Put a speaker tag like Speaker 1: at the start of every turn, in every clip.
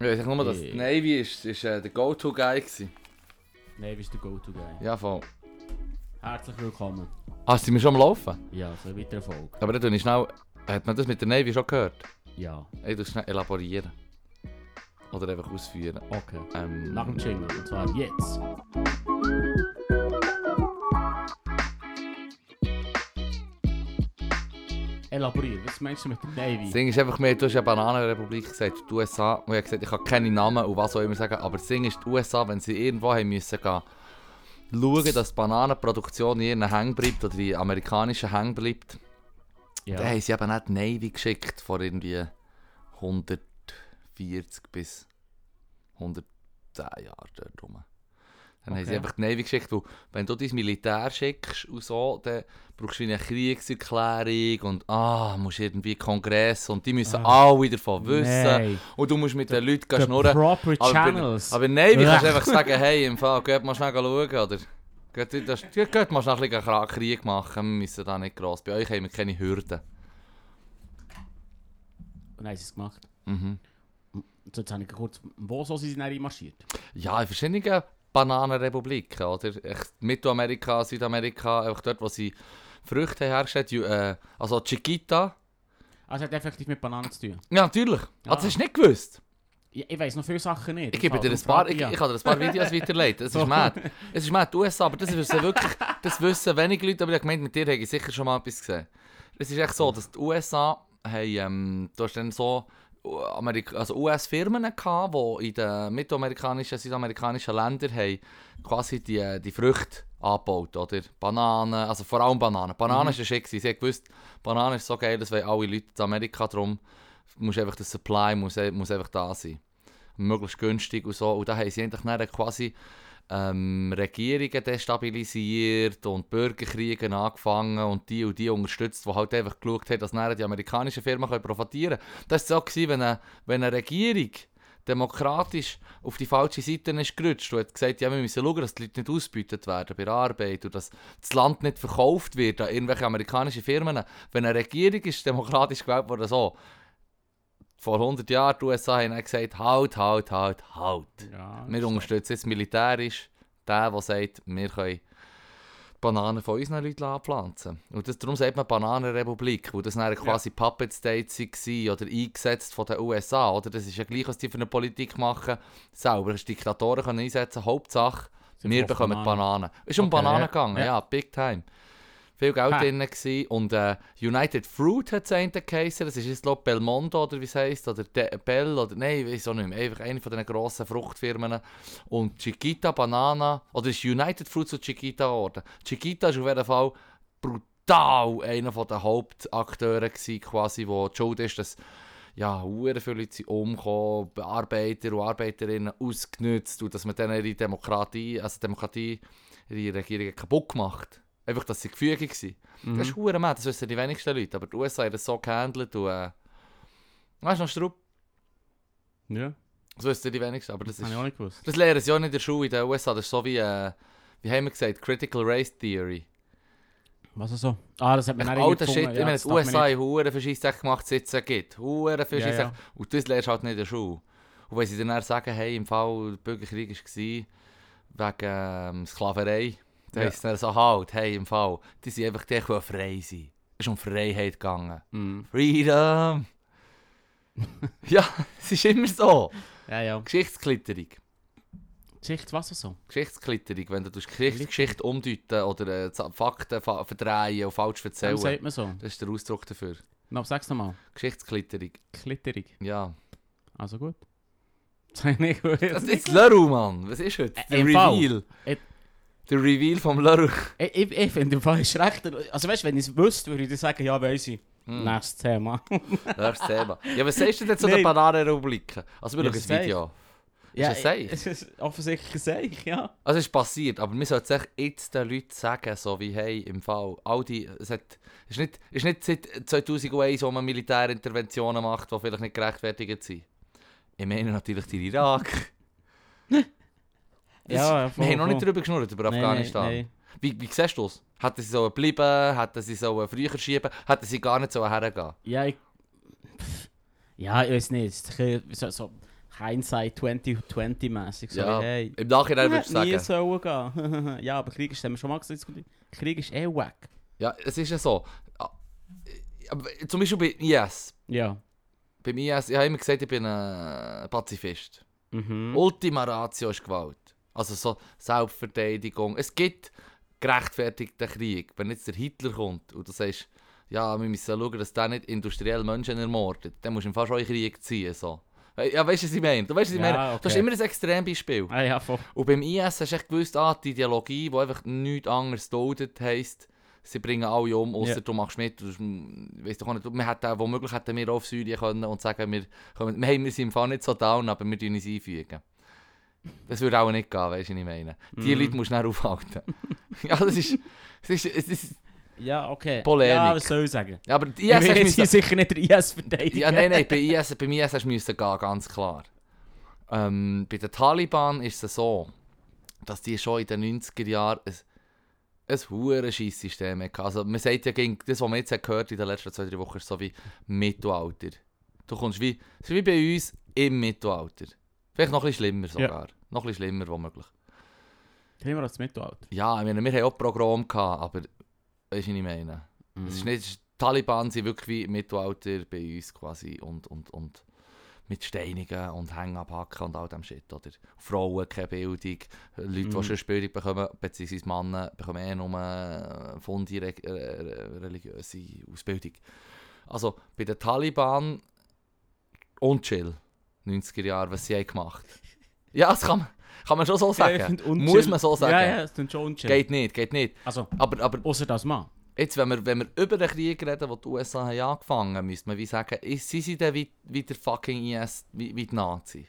Speaker 1: Ich weiß nur, dass
Speaker 2: Hey.
Speaker 1: die Navy ist, ist äh, der Go-To-Guy war.
Speaker 2: Nein, bist der Go-To-Guy.
Speaker 1: Ja, voll.
Speaker 2: Herzlich willkommen.
Speaker 1: Ah, sind wir schon am Laufen?
Speaker 2: Ja, so wird der Erfolg.
Speaker 1: Aber dann tue ich schnell... Hat man das mit der Navy schon gehört?
Speaker 2: Ja,
Speaker 1: Ich tue schnell elaborieren. Oder einfach ausführen.
Speaker 2: okay.
Speaker 1: Ähm,
Speaker 2: Nach dem Jingle, und zwar jetzt. Elaborier, was meinst du mit der Navy?
Speaker 1: Das Ding ist einfach, mir du hast ja Bananenrepublik gesagt, die USA, und ich habe gesagt, ich kann keine Namen und was auch immer sagen, aber das Ding ist, die USA, wenn sie irgendwo haben müssen gehen, schauen, dass die Bananenproduktion in ihren Hängen bleibt oder in amerikanischen Hängen bleibt,
Speaker 2: ja.
Speaker 1: dann haben sie eben nicht die Navy geschickt vor irgendwie 140 bis 110 Jahren dort rum. Dann haben sie
Speaker 2: Okay.
Speaker 1: einfach die Navy geschickt, weil wenn du dein Militär schickst und so, dann brauchst du wie eine Kriegserklärung und ah, musst irgendwie Kongress und die müssen alle davon wissen
Speaker 2: Ah. Nein.
Speaker 1: und du musst mit den Leuten gehen
Speaker 2: The
Speaker 1: schnurren.
Speaker 2: proper
Speaker 1: Aber bei-
Speaker 2: channels.
Speaker 1: Aber bei Navy kannst du
Speaker 2: Blech.
Speaker 1: einfach sagen, hey, im Fall, geht mal schnell schauen, oder? Geht, das, geht, geht mal schnell ein bisschen Kra- Krieg machen, wir müssen da nicht gross. Bei euch haben wir keine Hürden.
Speaker 2: Und dann haben sie es gemacht.
Speaker 1: Mhm.
Speaker 2: Und jetzt habe ich kurz... Wo so sind sie dann einmarschiert?
Speaker 1: Ja, in verschiedenen Bananenrepubliken, oder? Echt Mittelamerika, Südamerika, einfach dort, wo sie Früchte haben hergestellt haben. Äh, also Chiquita.
Speaker 2: Also es hat effektiv mit Bananen zu tun.
Speaker 1: Ja, natürlich.
Speaker 2: Ah.
Speaker 1: Also, das hast du nicht gewusst.
Speaker 2: Ich, ich weiss noch viele Sachen nicht.
Speaker 1: Ich gebe
Speaker 2: Im Fall,
Speaker 1: dir ein
Speaker 2: darum
Speaker 1: paar,
Speaker 2: frage
Speaker 1: ich,
Speaker 2: ja.
Speaker 1: ich kann dir ein paar Videos weiterleiten. Es ist
Speaker 2: So.
Speaker 1: mad. Es ist mad, die USA, aber das wissen dus wirklich, das wissen wenige Leute, aber ich habe gemeint, mit dir habe ich sicher schon mal etwas gesehen. Es ist echt so, dass die USA, haben, ähm, du hast dann so U- Amerik also US-Firmen gehabt, die in den mittelamerikanischen, südamerikanischen Ländern haben quasi die, die Früchte angebaut, oder? Bananen, also vor allem Bananen. Bananen war schick, gewesen. sie haben gewusst, Bananen ist so geil, das wollen alle Leute in Amerika, darum muss einfach der Supply muss, e- muss einfach da sein. Möglichst günstig und so. Und da haben sie eigentlich dann quasi ähm, Regierungen destabilisiert und Bürgerkriege angefangen und die und die unterstützt, die halt einfach geschaut haben, dass nachher die amerikanischen Firmen können profitieren können. Das war so, gewesen, wenn, eine, wenn eine Regierung demokratisch auf die falsche Seite ist gerutscht und hat gesagt, ja, wir müssen schauen, dass die Leute nicht ausgebeutet werden bei der Arbeit und dass das Land nicht verkauft wird an irgendwelche amerikanischen Firmen. Wenn eine Regierung ist demokratisch gewählt worden, so. Vor 100 Jahren die USA haben dann gesagt, halt, halt, halt, halt.
Speaker 2: Ja,
Speaker 1: Wir unterstützen jetzt militärisch den, der sagt, wir können die Bananen von unseren Leuten anpflanzen. Und das, darum sagt man Bananenrepublik, wo das dann quasi Puppet States war oder eingesetzt von den USA. Oder? Das ist ja gleich, was die für eine Politik machen. Selber hast Diktatoren können einsetzen Hauptsache,
Speaker 2: Sie
Speaker 1: wir
Speaker 2: verkaufen
Speaker 1: bekommen Bananen. Es ist um
Speaker 2: Okay,
Speaker 1: Bananen
Speaker 2: ja.
Speaker 1: gegangen, ja.
Speaker 2: Ja.
Speaker 1: big time. Viel Geld
Speaker 2: Ha.
Speaker 1: drin gewesen. und äh, United Fruit hat es einen geheissen. Das ist jetzt, glaub, Belmondo oder wie es heisst, oder De Bell oder nein, ich weiß auch nicht mehr. Einfach eine von diesen grossen Fruchtfirmen. Und Chiquita Banana, oder ist United Fruit zu Chiquita geworden? Chiquita ist auf jeden Fall brutal einer der Hauptakteure gewesen, quasi, wo die Schuld ist, dass ja, hure viele Leute sind umgekommen, Arbeiter und Arbeiterinnen ausgenutzt und dass man denen ihre Demokratie, also Demokratie, ihre Regierung kaputt gemacht. Einfach, dass sie gefügig sind.
Speaker 2: Mhm.
Speaker 1: Das ist hure mad, das wissen die wenigsten Leute, aber die USA haben das so gehandelt und äh, weißt du noch, Strupp,
Speaker 2: Ja,
Speaker 1: das wissen die wenigsten, aber das
Speaker 2: das habe
Speaker 1: ist...
Speaker 2: ich auch nicht gewusst.
Speaker 1: Das lehren sie auch nicht in der Schule in den USA, das ist so wie, äh, wie haben wir gesagt, Critical Race Theory.
Speaker 2: Was ist so? Ah, das hat man
Speaker 1: Echt
Speaker 2: dann
Speaker 1: alter
Speaker 2: irgendwie
Speaker 1: Shit,
Speaker 2: gefunden.
Speaker 1: ich meine,
Speaker 2: das
Speaker 1: die
Speaker 2: darf man
Speaker 1: USA
Speaker 2: nicht.
Speaker 1: haben Huren für Scheissdreck gemacht, seit es sie gibt. Huren für
Speaker 2: Ja,
Speaker 1: Scheissdreck.
Speaker 2: ja.
Speaker 1: Und das lernst du halt nicht in der Schule. Und wenn sie dann sagen, hey, im Fall der Bürgerkrieg war wegen ähm, Sklaverei, dann
Speaker 2: Ja.
Speaker 1: heisst es dann so halt, hey, im Fall, die sind einfach die, die wollen frei sein. Es ist um Freiheit gegangen.
Speaker 2: Mhm.
Speaker 1: Freedom! ja, es ist immer so.
Speaker 2: Ja, ja.
Speaker 1: Geschichtsklitterung.
Speaker 2: Geschichte, was ist so?
Speaker 1: Geschichtsklitterung, wenn du tust Geschichte, Geschichte umdeuten oder äh, Z- Fakten fa verdrehen und falsch
Speaker 2: Warum
Speaker 1: erzählen.
Speaker 2: sagt man so?
Speaker 1: Das ist der Ausdruck dafür.
Speaker 2: Na, sag's nochmal.
Speaker 1: Geschichtsklitterung,
Speaker 2: Klitterig.
Speaker 1: ja.
Speaker 2: Also gut. Das habe ich nicht gehört.
Speaker 1: Das ist Leru, Mann. Was ist heute?
Speaker 2: Ä-
Speaker 1: Der
Speaker 2: Äh, im Fall.
Speaker 1: Reveal.
Speaker 2: Et-
Speaker 1: Der Reveal vom Leru.
Speaker 2: Ich, ich, ich finde im Fall ist recht. Also weißt du, wenn ich es wüsste, würde ich dir sagen, ja, weiss ich.
Speaker 1: Mm.
Speaker 2: Nächstes Thema.
Speaker 1: Das Thema. Ja, was sagst du denn zu
Speaker 2: Nein.
Speaker 1: den Bananenrepubliken? Also, wir
Speaker 2: Ja,
Speaker 1: schauen
Speaker 2: was
Speaker 1: das Video.
Speaker 2: ja,
Speaker 1: ein Seich?
Speaker 2: Es ist offensichtlich ein Seich, ja.
Speaker 1: Also, es ist passiert, aber wir sollten es echt jetzt den Leuten sagen, so wie, hey, im Fall, all die, es hat, es ist nicht, es ist nicht seit 2001, wo man Militärinterventionen macht, die vielleicht nicht gerechtfertigt sind. Ich meine natürlich den Irak.
Speaker 2: Ja, ja, voll,
Speaker 1: wir haben noch nicht
Speaker 2: voll.
Speaker 1: darüber geschnurrt, über
Speaker 2: Nein,
Speaker 1: Afghanistan.
Speaker 2: nein, nein.
Speaker 1: Wie, wie siehst du es? Hätten sie so bleiben hätten sie so früher schieben, hätten sie gar nicht so hergehen
Speaker 2: Ja, ich. Pff. Ja, ich weiß nicht. Es ist ein bisschen so, so Hindsight 2020-mässig. So,
Speaker 1: Ja,
Speaker 2: wie, hey,
Speaker 1: Im Nachhinein würdest du
Speaker 2: hätte nie
Speaker 1: sagen.
Speaker 2: sollen gehen. ja, aber Krieg ist, haben wir schon mal gesagt, diskutiert. Krieg ist eh wack.
Speaker 1: Ja, es ist ja so. Ah, aber Zum Beispiel bei IS.
Speaker 2: Ja.
Speaker 1: Beim IS, ich habe immer gesagt, ich bin ein Pazifist.
Speaker 2: Mhm.
Speaker 1: Ultima Ratio ist Gewalt. Also so Selbstverteidigung. Es gibt gerechtfertigten Krieg. Wenn jetzt der Hitler kommt und du sagst, ja, wir müssen schauen, dass der nicht industriell Menschen ermordet, dann musst du ihm fast auch in den Krieg ziehen. So. Ja, weißt du, was ich meine? Du weißt, was ich
Speaker 2: Ja,
Speaker 1: meine? Du hast
Speaker 2: okay.
Speaker 1: immer ein Extrembeispiel.
Speaker 2: Ah ja, voll.
Speaker 1: Und beim IS hast du echt gewusst, ah, die Ideologie, die einfach nichts anderes duldet, heisst, sie bringen alle um, außer
Speaker 2: Ja.
Speaker 1: du machst mit. Du, weißt doch auch nicht, wir hätten, womöglich hätten wir auch auf Syrien können und sagen, wir, können, hey, wir sind im Fall nicht so down, aber wir tun uns einfügen. Das würde auch nicht gehen, weißt du, was ich meine. Die
Speaker 2: Mhm.
Speaker 1: Leute musst du nicht aufhalten. ja, das ist, es ist, es ist,
Speaker 2: Ja, okay.
Speaker 1: Polemik.
Speaker 2: Ja, was soll ich sagen?
Speaker 1: ja, aber die
Speaker 2: Ich
Speaker 1: IS hast
Speaker 2: will jetzt hier
Speaker 1: müssen,
Speaker 2: sicher nicht der IS verteidigen.
Speaker 1: ja, nein, nein, bei IS, bei IS hast du müssen gehen, ganz klar. Ähm, bei den Taliban ist es so, dass die schon in den 90er Jahren ein, ein hure Scheiss-System hatten. Also man sagt ja, gegen das, was man jetzt hat gehört in den letzten zwei, drei Wochen, ist so wie Mittelalter. Du kommst wie, es ist wie bei uns im Mittelalter. Vielleicht noch ein bisschen schlimmer sogar. Noch ein bisschen schlimmer womöglich.
Speaker 2: Gehen wir ans Mittelalter.
Speaker 1: Ja, ich meine, wir haben auch Programm gehabt, aber weißt du, was ich meine?
Speaker 2: Mm.
Speaker 1: Es
Speaker 2: Mhm.
Speaker 1: ist nicht, die Taliban sind wirklich wie im Mittelalter bei uns quasi und, und, und mit Steinigen und Hängen abhacken und all dem Shit, oder? Frauen, keine Bildung, Leute,
Speaker 2: Mhm.
Speaker 1: die schon Bildung bekommen, beziehungsweise Männer bekommen eh nur äh, funde re- äh, religiöse Ausbildung. Also bei den Taliban und Chill, 90er Jahre, was sie haben gemacht. Ja, das kann man, kann man schon so sagen.
Speaker 2: find unchill.
Speaker 1: Muss man so sagen.
Speaker 2: Ja, ja, es klingt schon unchill.
Speaker 1: Geht nicht, geht nicht.
Speaker 2: Also,
Speaker 1: Aber, aber
Speaker 2: außer das Mann.
Speaker 1: Jetzt, wenn wir, wenn wir über den Krieg reden, den die USA haben angefangen haben, müsste man wie sagen, ist, sind sie denn wie, wie der fucking IS, wie, wie die Nazi?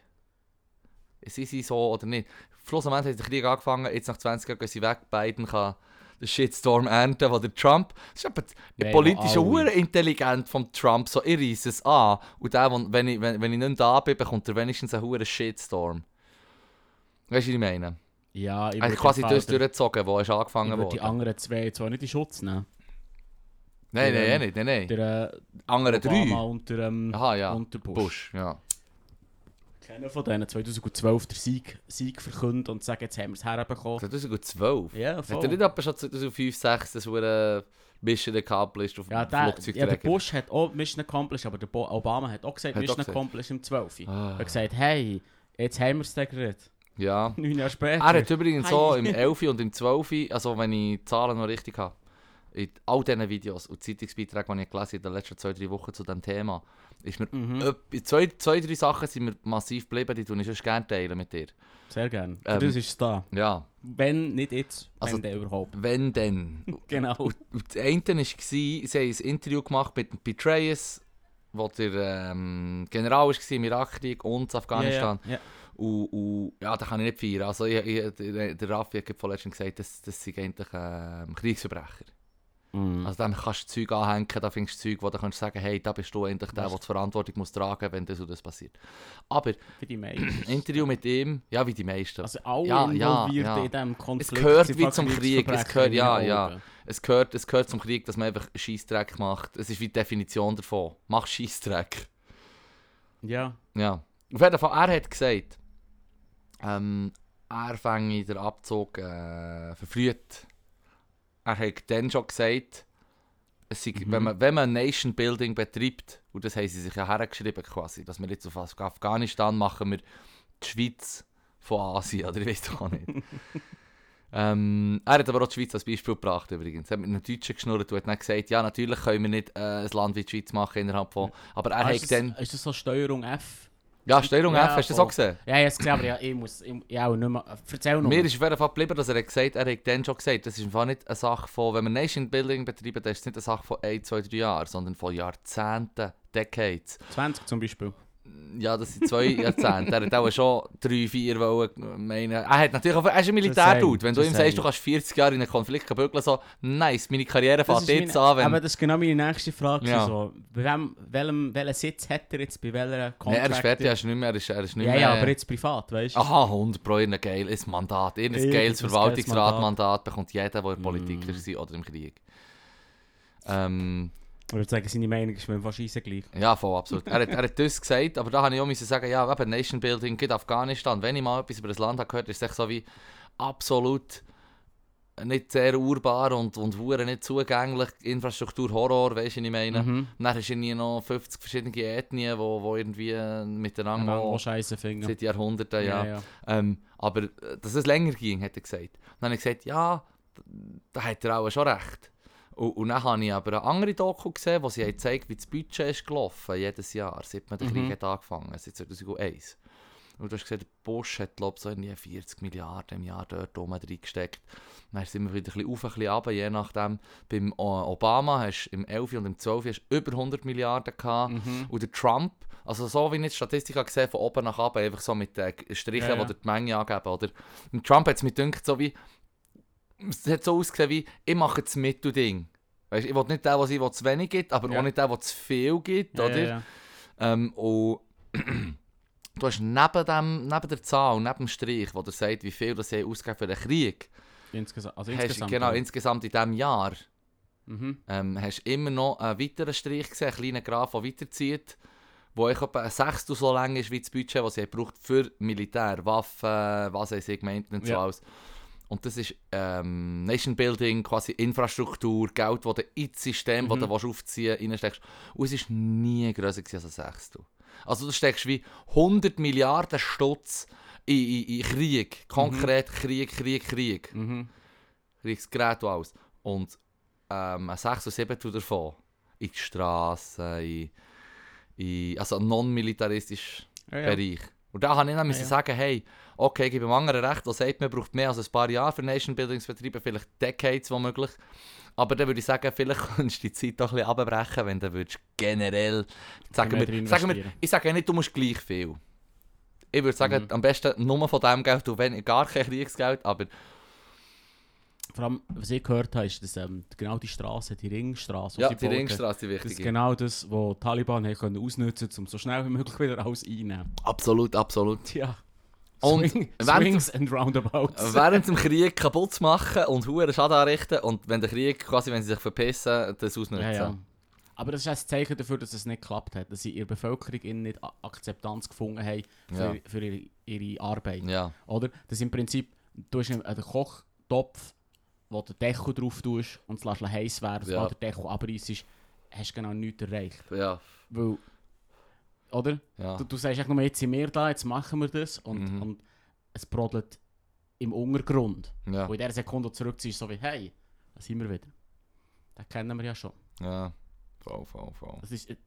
Speaker 1: Sind sie so oder nicht? Schlussendlich hat der Krieg angefangen, jetzt nach 20 Jahren gehen sie weg, Biden kann den Shitstorm ernten, den der Trump... Das ist aber
Speaker 2: Nein,
Speaker 1: politisch
Speaker 2: alle.
Speaker 1: hure intelligent vom Trump, so ich reisse es an. Und der, wo- wenn ich, wenn, wenn ich nicht mehr da bin, bekommt er wenigstens einen hure Shitstorm. Weißt du, was ich meine?
Speaker 2: Ja, ich
Speaker 1: Er hat
Speaker 2: würde
Speaker 1: quasi
Speaker 2: im Fall
Speaker 1: das
Speaker 2: der-
Speaker 1: durchgezogen, wo er
Speaker 2: ich
Speaker 1: angefangen
Speaker 2: würde die
Speaker 1: wurde.
Speaker 2: anderen zwei jetzt auch nicht in Schutz nehmen.
Speaker 1: Nein,
Speaker 2: die-
Speaker 1: nein, eh nicht, nein, nein.
Speaker 2: Der äh,
Speaker 1: Andere drei.
Speaker 2: Obama und der, ähm,
Speaker 1: Aha, Ah, ja.
Speaker 2: und der Bush.
Speaker 1: Bush, ja.
Speaker 2: Keiner von denen 2012 den Sieg, Sieg verkündet und sagt, jetzt haben wir es herbekommen.
Speaker 1: 2012.
Speaker 2: Ja,
Speaker 1: Hat er nicht etwa schon 2005, 2006 das wurde Mission accomplished auf
Speaker 2: Ja,
Speaker 1: dem
Speaker 2: der, ja, der
Speaker 1: Flugzeugträger?
Speaker 2: Bush hat auch Mission Accomplished, aber der Bo Obama hat auch gesagt,
Speaker 1: Hat auch
Speaker 2: Mission
Speaker 1: gesagt.
Speaker 2: Accomplished im 12. Er
Speaker 1: Ah.
Speaker 2: hat gesagt, hey, jetzt haben wir es dann gerade.
Speaker 1: Ja.
Speaker 2: Neun Jahre später.
Speaker 1: Er hat übrigens
Speaker 2: Hi.
Speaker 1: so im 11. und im 12., also wenn ich die Zahlen noch richtig habe, in all diesen Videos und Zeitungsbeiträgen, die ich gelesen habe in den letzten zwei, drei Wochen zu diesem Thema, ist mir
Speaker 2: mhm.
Speaker 1: öpp- zwei, zwei, drei Sachen sind mir massiv geblieben, die tue ich sonst gerne teilen mit dir.
Speaker 2: Sehr gerne. Für
Speaker 1: Ähm,
Speaker 2: das ist es da.
Speaker 1: Ja,
Speaker 2: Wenn nicht jetzt,
Speaker 1: Also-
Speaker 2: wenn dann überhaupt.
Speaker 1: wenn denn.
Speaker 2: Genau.
Speaker 1: Und das eine war, sie haben ein Interview gemacht mit dem Petraeus, wo der ähm, General war im Irakkrieg und in Afghanistan.
Speaker 2: Ja, ja,
Speaker 1: Und, und ja, da kann ich nicht feiern. Also, ich, ich, der, der Raffi hat gerade vorletztens gesagt, das, das sind eigentlich ähm, Kriegsverbrecher.
Speaker 2: ja. Mhm.
Speaker 1: Also, dem kannst du Zeug anhängen, da findest du Zeug, wo du kannst sagen, hey, da bist du endlich der,
Speaker 2: Was?
Speaker 1: der die Verantwortung muss tragen wenn das und das passiert. Aber
Speaker 2: Für die Mädchen.
Speaker 1: ein Interview mit ihm, ja, wie die meisten.
Speaker 2: Also alle
Speaker 1: Ja, ja,
Speaker 2: involvierten
Speaker 1: ja.
Speaker 2: in diesem Konflikt.
Speaker 1: Es gehört
Speaker 2: sind
Speaker 1: wie
Speaker 2: fucking
Speaker 1: zum Krieg, es
Speaker 2: Kriegsverbrecher
Speaker 1: gehört-
Speaker 2: in
Speaker 1: ja,
Speaker 2: meinen
Speaker 1: ja.
Speaker 2: Augen.
Speaker 1: Es gehört, es gehört zum Krieg, dass man einfach Scheissdreck macht. Es ist wie die Definition davon. Mach Scheissdreck.
Speaker 2: Ja.
Speaker 1: Ja. Auf jeden Fall, er hat gesagt, ähm, er fange den Abzug äh, verfrüht. Er hat dann schon gesagt, es sei,
Speaker 2: Mhm.
Speaker 1: wenn, man, wenn man Nation Building betreibt, und das haben sie sich ja hergeschrieben quasi, dass wir jetzt auf Af- Afghanistan machen wir die Schweiz von Asien, oder ich weiß auch nicht. ähm, er hat aber auch die Schweiz als Beispiel gebracht übrigens. Er hat mit einem Deutschen geschnurrt und hat dann gesagt, ja natürlich können wir nicht äh, ein Land wie die Schweiz machen innerhalb von... Aber er
Speaker 2: Ah,
Speaker 1: hat
Speaker 2: ist,
Speaker 1: dann...
Speaker 2: das, ist das so Steuerung F?
Speaker 1: Ja, Steuerung
Speaker 2: Ja,
Speaker 1: F, hast du das
Speaker 2: voll.
Speaker 1: auch gesehen?
Speaker 2: Ja, ich habe es gesehen, aber ja, ich muss... Ich, ja, auch nicht mehr... äh, Erzähl noch.
Speaker 1: Mir ist auf jeden Fall geblieben, dass er hat gesagt hat, er hat dann schon gesagt, das ist im Fall nicht eine Sache von, wenn wir Nation Building betreiben, das ist nicht eine Sache von 1, 2, 3 Jahren, sondern von Jahrzehnten, Decades.
Speaker 2: 20 zum Beispiel.
Speaker 1: Ja, das sind zwei Jahrzehnte. Er hat auch schon 3, 4 wollen meinen. Er hat natürlich auch, er ist ein
Speaker 2: Das
Speaker 1: Militärdude.
Speaker 2: sei-
Speaker 1: Wenn du
Speaker 2: das
Speaker 1: ihm
Speaker 2: sei.
Speaker 1: sagst, du kannst 40 Jahre in einen Konflikt bügeln, so, nice, meine Karriere
Speaker 2: Das
Speaker 1: fängt
Speaker 2: ist
Speaker 1: jetzt
Speaker 2: meine-
Speaker 1: an, wenn...
Speaker 2: Aber das ist genau meine nächste Frage.
Speaker 1: Ja.
Speaker 2: So. Bei wem, welchem, welchen Sitz hat er jetzt bei welcher
Speaker 1: Nee,
Speaker 2: Contract?
Speaker 1: er ist fertig, er ist nicht mehr, er ist, er ist nicht
Speaker 2: Ja,
Speaker 1: mehr...
Speaker 2: ja, aber jetzt privat, weißt du?
Speaker 1: Aha, 100 Pro, ein geiles Mandat. Ein
Speaker 2: Irgendein
Speaker 1: geiles
Speaker 2: geiles Mm.
Speaker 1: Verwaltungsratmandat
Speaker 2: Mandat.
Speaker 1: bekommt jeder, der in der Politik ist oder im Krieg. Ähm,
Speaker 2: Ich würde sagen, seine Meinung ist mir fast scheiße gleich.
Speaker 1: Ja, voll, absolut. Er hat, er hat das gesagt, aber da habe ich auch müssen sagen, ja, eben Nation Building, geht Afghanistan. Wenn ich mal etwas über das Land habe gehört habe, ist es echt so wie absolut nicht sehr urbar und, und hure nicht zugänglich. Infrastruktur Horror, weißt du, was ich meine.
Speaker 2: Mhm.
Speaker 1: Dann hast du irgendwie noch 50 verschiedene Ethnien, die wo, wo irgendwie äh, miteinander mal
Speaker 2: Ja, auch scheiße finden.
Speaker 1: seit Jahrhunderten, ja.
Speaker 2: Ja, ja.
Speaker 1: Ähm, aber äh, dass es länger ging, hat er gesagt. Dann habe ich gesagt, ja, da hat er auch schon recht. Und, und dann habe ich aber eine andere Doku gesehen, wo sie haben gezeigt wie das Budget ist gelaufen jedes Jahr, seit man den Krieg
Speaker 2: Mhm.
Speaker 1: hat angefangen seit 2001. Und du hast gesehen, der Bosch hat, glaube ich, so irgendwie 40 Milliarden im Jahr dort oben reingesteckt. Dann sind wir wieder ein bisschen auf, ein bisschen runter, je nachdem. Beim äh, Obama hast du im 11. und im 12. hast du über 100 Milliarden gehabt.
Speaker 2: Mhm.
Speaker 1: Und der Trump, also so wie ich die Statistik habe gesehen von oben nach unten, einfach so mit den Strichen,
Speaker 2: Ja, ja.
Speaker 1: die die Menge angeben, oder? Und Trump hat es mir gedacht, so wie, es hat so ausgesehen wie, ich mache das Mittelding. Weißt, ich will nicht den, was ich will, zu wenig gibt, aber
Speaker 2: Ja.
Speaker 1: auch nicht den, der zu viel gibt,
Speaker 2: Ja,
Speaker 1: oder?
Speaker 2: ja, ja.
Speaker 1: Ähm, und du hast neben, dem, neben der Zahl, neben dem Strich, wo der sagt, wie viel das sie ausgeben für den Krieg,
Speaker 2: Insgesa also
Speaker 1: hast du
Speaker 2: insgesamt.
Speaker 1: genau
Speaker 2: ja.
Speaker 1: insgesamt in diesem Jahr
Speaker 2: mhm.
Speaker 1: ähm, hast du immer noch einen weiteren Strich gesehen, einen kleinen Graph, der weiterzieht, wo ich etwa ein Sechstel so lang ist wie das Budget, das sie braucht für Militär, Waffen, was haben sie gemeint und so
Speaker 2: Ja.
Speaker 1: alles. Und das ist ähm, Nation Building, quasi Infrastruktur, Geld, das du ins System, das
Speaker 2: Mhm.
Speaker 1: du willst aufziehen willst, reinsteckst. Und es ist nie grösser gewesen als ein Sechstel. Also du steckst wie 100 Milliarden Stutz in, in, in Krieg, konkret Krieg, Krieg, Krieg.
Speaker 2: Mhm.
Speaker 1: Richtiges Gerät und alles. Und ähm, ein 6 und 7 tut davon. In die Straße, in, in also non-militaristischen
Speaker 2: Ja, ja.
Speaker 1: Bereich. Und da habe ich dann müssen
Speaker 2: ja.
Speaker 1: sagen, hey, okay, ich gebe dem anderen recht, der sagt, man braucht mehr als ein paar Jahre für Nation-Buildungsbetriebe, vielleicht Decades womöglich. Aber dann würde ich sagen, vielleicht könntest du die Zeit doch ein bisschen abbrechen, wenn du würdest generell, sagen wir,
Speaker 2: mehr drin
Speaker 1: sagen wir,
Speaker 2: investieren.
Speaker 1: ich sage ja nicht, du musst gleich viel. Ich würde sagen,
Speaker 2: Mhm.
Speaker 1: am besten nur von dem Geld, du wenn gar kein Kriegsgeld, aber
Speaker 2: Vor allem, was ich gehört habe, ist, dass ähm, genau die Straße, die Ringstraße, die
Speaker 1: ja,
Speaker 2: sie
Speaker 1: die
Speaker 2: gebaut haben,
Speaker 1: Ringstraße ist
Speaker 2: Das ist
Speaker 1: wichtig.
Speaker 2: genau das, was die Taliban haben können ausnutzen um so schnell wie möglich wieder alles einnehmen.
Speaker 1: Absolut, absolut.
Speaker 2: Tja.
Speaker 1: Und Äh,
Speaker 2: Swing,
Speaker 1: wenn-
Speaker 2: Swings and Roundabouts.
Speaker 1: Während dem Krieg kaputt zu machen und Huren Schaden anrichten und wenn der Krieg, quasi wenn sie sich verpissen, das ausnutzen.
Speaker 2: Ja, ja. Aber das ist ein Zeichen dafür, dass es nicht geklappt hat, dass sie ihre Bevölkerung innen nicht A- Akzeptanz gefunden haben für,
Speaker 1: Ja.
Speaker 2: für ihre, ihre Arbeit.
Speaker 1: Ja.
Speaker 2: Oder? Dass im Prinzip, du hast einen einen Kochtopf, wo du Deckel drauf tust und es lässt ihn heiß werden,
Speaker 1: Ja.
Speaker 2: sobald der Deckel abreißt, hast du genau nichts erreicht.
Speaker 1: Ja.
Speaker 2: Weil, oder?
Speaker 1: ja.
Speaker 2: Du, du sagst einfach nur, jetzt sind wir da, jetzt machen wir das und,
Speaker 1: Ah. Mhm.
Speaker 2: und es brodelt im Untergrund.
Speaker 1: ja.
Speaker 2: Und in der Sekunde wo du zurückziehst, so wie, hey, da sind wir wieder. Das kennen wir ja schon.
Speaker 1: Ja. Voll, voll, voll.
Speaker 2: Das ist, äh,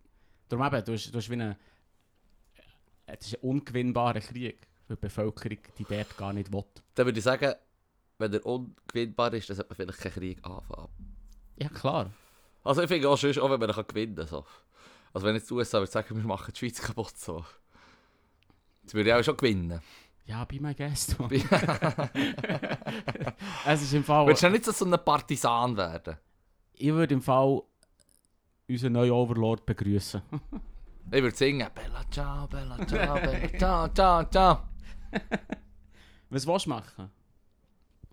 Speaker 2: darum eben, du hast, du hast wie einen, äh, es ist ein ungewinnbarer Krieg für die Bevölkerung, die dort gar nicht will.
Speaker 1: Dann würde ich sagen, wenn er ungewinnbar ist, dann sollte man vielleicht keinen Krieg anfangen.
Speaker 2: Ja, klar.
Speaker 1: Also ich finde auch sonst, auch wenn man ihn kann gewinnen kann. So. Also wenn jetzt die USA würde sagen, wir machen die Schweiz kaputt, so. Das würde ich auch schon gewinnen.
Speaker 2: Ja, bei my guest. man.
Speaker 1: Be-
Speaker 2: es ist im Fall...
Speaker 1: Würdest du ja nicht so so ein Partisan werden?
Speaker 2: Ich würde im Fall unseren neuen Overlord begrüßen.
Speaker 1: Ich würde singen, Bella Ciao, Bella Ciao, Bella Ciao, Ciao, Ciao.
Speaker 2: Was willst du machen?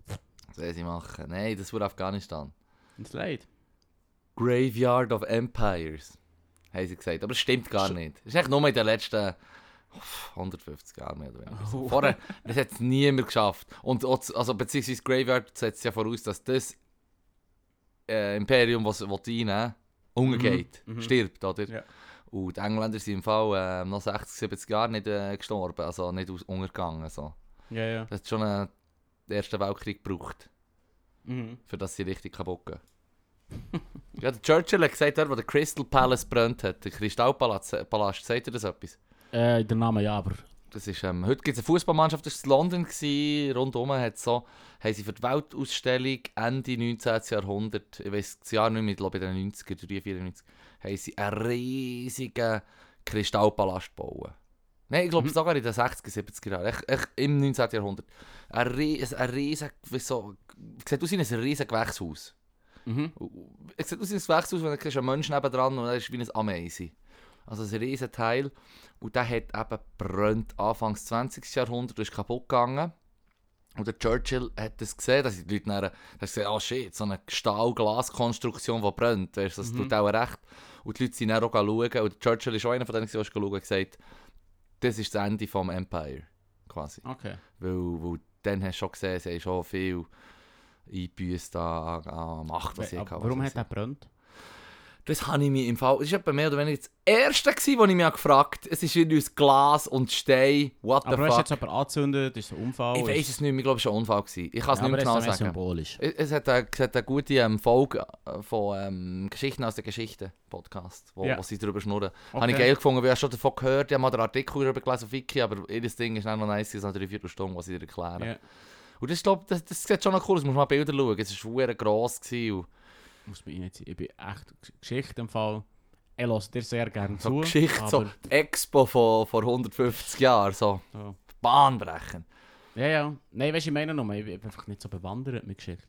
Speaker 1: Was soll sie machen? Nein, das war Afghanistan.
Speaker 2: Ins Leid.
Speaker 1: Graveyard of Empires, haben sie gesagt. Aber das stimmt gar
Speaker 2: Sch-
Speaker 1: nicht. Das ist echt nur in den letzten uff, 150 Jahren mehr oder weniger.
Speaker 2: Oh.
Speaker 1: Vorher, das hat es niemand geschafft. Und auch das- also, beziehungsweise Graveyard setzt ja voraus, dass das äh, Imperium, was was die einnehmen, umgeht,
Speaker 2: Mhm, mhm.
Speaker 1: stirbt, oder?
Speaker 2: Ja.
Speaker 1: Und die Engländer sind im Fall äh, noch 60, 70 Jahre nicht äh, gestorben, also nicht aus, untergegangen. So.
Speaker 2: Ja, ja.
Speaker 1: Das hat schon einen Ersten Weltkrieg gebraucht.
Speaker 2: Mhm.
Speaker 1: für das sie richtig kaputt gehen. ja, der Churchill hat gesagt, dort, wo der Crystal Palace brennt hat, der Kristallpalast, äh, Palast, sagt ihr das etwas?
Speaker 2: Äh, der Name ja, aber...
Speaker 1: Das ist, ähm, heute gibt es eine Fußballmannschaft aus London, gewesen, rundum hat so, haben sie für die Weltausstellung Ende 19. Jahrhundert, ich weiß das Jahr nicht mehr, ich glaube in den 90er, 93, 94, haben sie einen riesigen Kristallpalast gebaut. Nein, ich glaube
Speaker 2: Mhm.
Speaker 1: sogar in den 60er, 70er Jahren, echt, echt im 19. Jahrhundert. Ein, ries, ein riesen, wie so, sieht aus wie ein riesiges Gewächshaus.
Speaker 2: Mhm.
Speaker 1: Es sieht aus wie ein Gewächs aus, wenn du einen Menschen nebendran und er ist wie ein Ameise. Also ein riesen Teil. Und der hat eben brennt Anfangs 20. Jahrhundert, und ist kaputt gegangen. Und der Churchill hat das gesehen, dass die Leute dann, dann gesagt oh shit, so eine Stahlglaskonstruktion, die brennt, weißt
Speaker 2: Mhm.
Speaker 1: du, das tut auch recht. Und die Leute sind dann auch schauen, und der Churchill ist auch einer von denen, die schauen und gesagt, das ist das Ende vom Empire, quasi.
Speaker 2: Okay.
Speaker 1: Weil, weil dann hast du schon gesehen, sie haben schon viel eingebüßt an, an Macht, was sie
Speaker 2: Aber
Speaker 1: hatten.
Speaker 2: warum hat er brennt?
Speaker 1: Das habe ich mir im Fall. Das war etwa mehr oder weniger das erste, gewesen, wo ich mich gefragt habe. Es ist irgendwie aus Glas und Stein. What the
Speaker 2: Aber hast du
Speaker 1: fuck?
Speaker 2: jetzt jemand angezündet? Ist es ein Unfall?
Speaker 1: Ich weiß
Speaker 2: Ist-
Speaker 1: es nicht mehr. Ich glaube, es war ein Unfall. Gewesen. Ich kann es
Speaker 2: Ja,
Speaker 1: nicht
Speaker 2: aber
Speaker 1: mehr
Speaker 2: es ist
Speaker 1: genau
Speaker 2: mehr
Speaker 1: sagen.
Speaker 2: symbolisch.
Speaker 1: Es es hat eine, es hat eine gute ähm, Folge äh, von ähm, Geschichten aus der Geschichte Podcast, wo,
Speaker 2: Ja.
Speaker 1: wo sie drüber schnurren. Habe
Speaker 2: Okay.
Speaker 1: ich geil gefunden, weil ich habe schon davon gehört, ich habe mal den Artikel darüber gelesen auf Wiki, aber jedes Ding ist dann noch nice, es ist natürlich eine Viertelstunde, was sie dir erklären.
Speaker 2: Ja.
Speaker 1: Und das, glaub, das, das sieht schon noch cool aus, muss mal Bilder schauen, es war verdammt gross. gewesen Und
Speaker 2: Muss man nicht Ich bin echt G- Geschichte im Fall. Ich lasse dir sehr gerne
Speaker 1: so
Speaker 2: zu.
Speaker 1: Geschichte, so
Speaker 2: aber-
Speaker 1: die Expo von vor 150 Jahren, so
Speaker 2: Ja.
Speaker 1: bahnbrechend.
Speaker 2: Ja, ja. Nein, weißt du, ich meine nochmal, ich bin einfach nicht so bewandert mit Geschichte.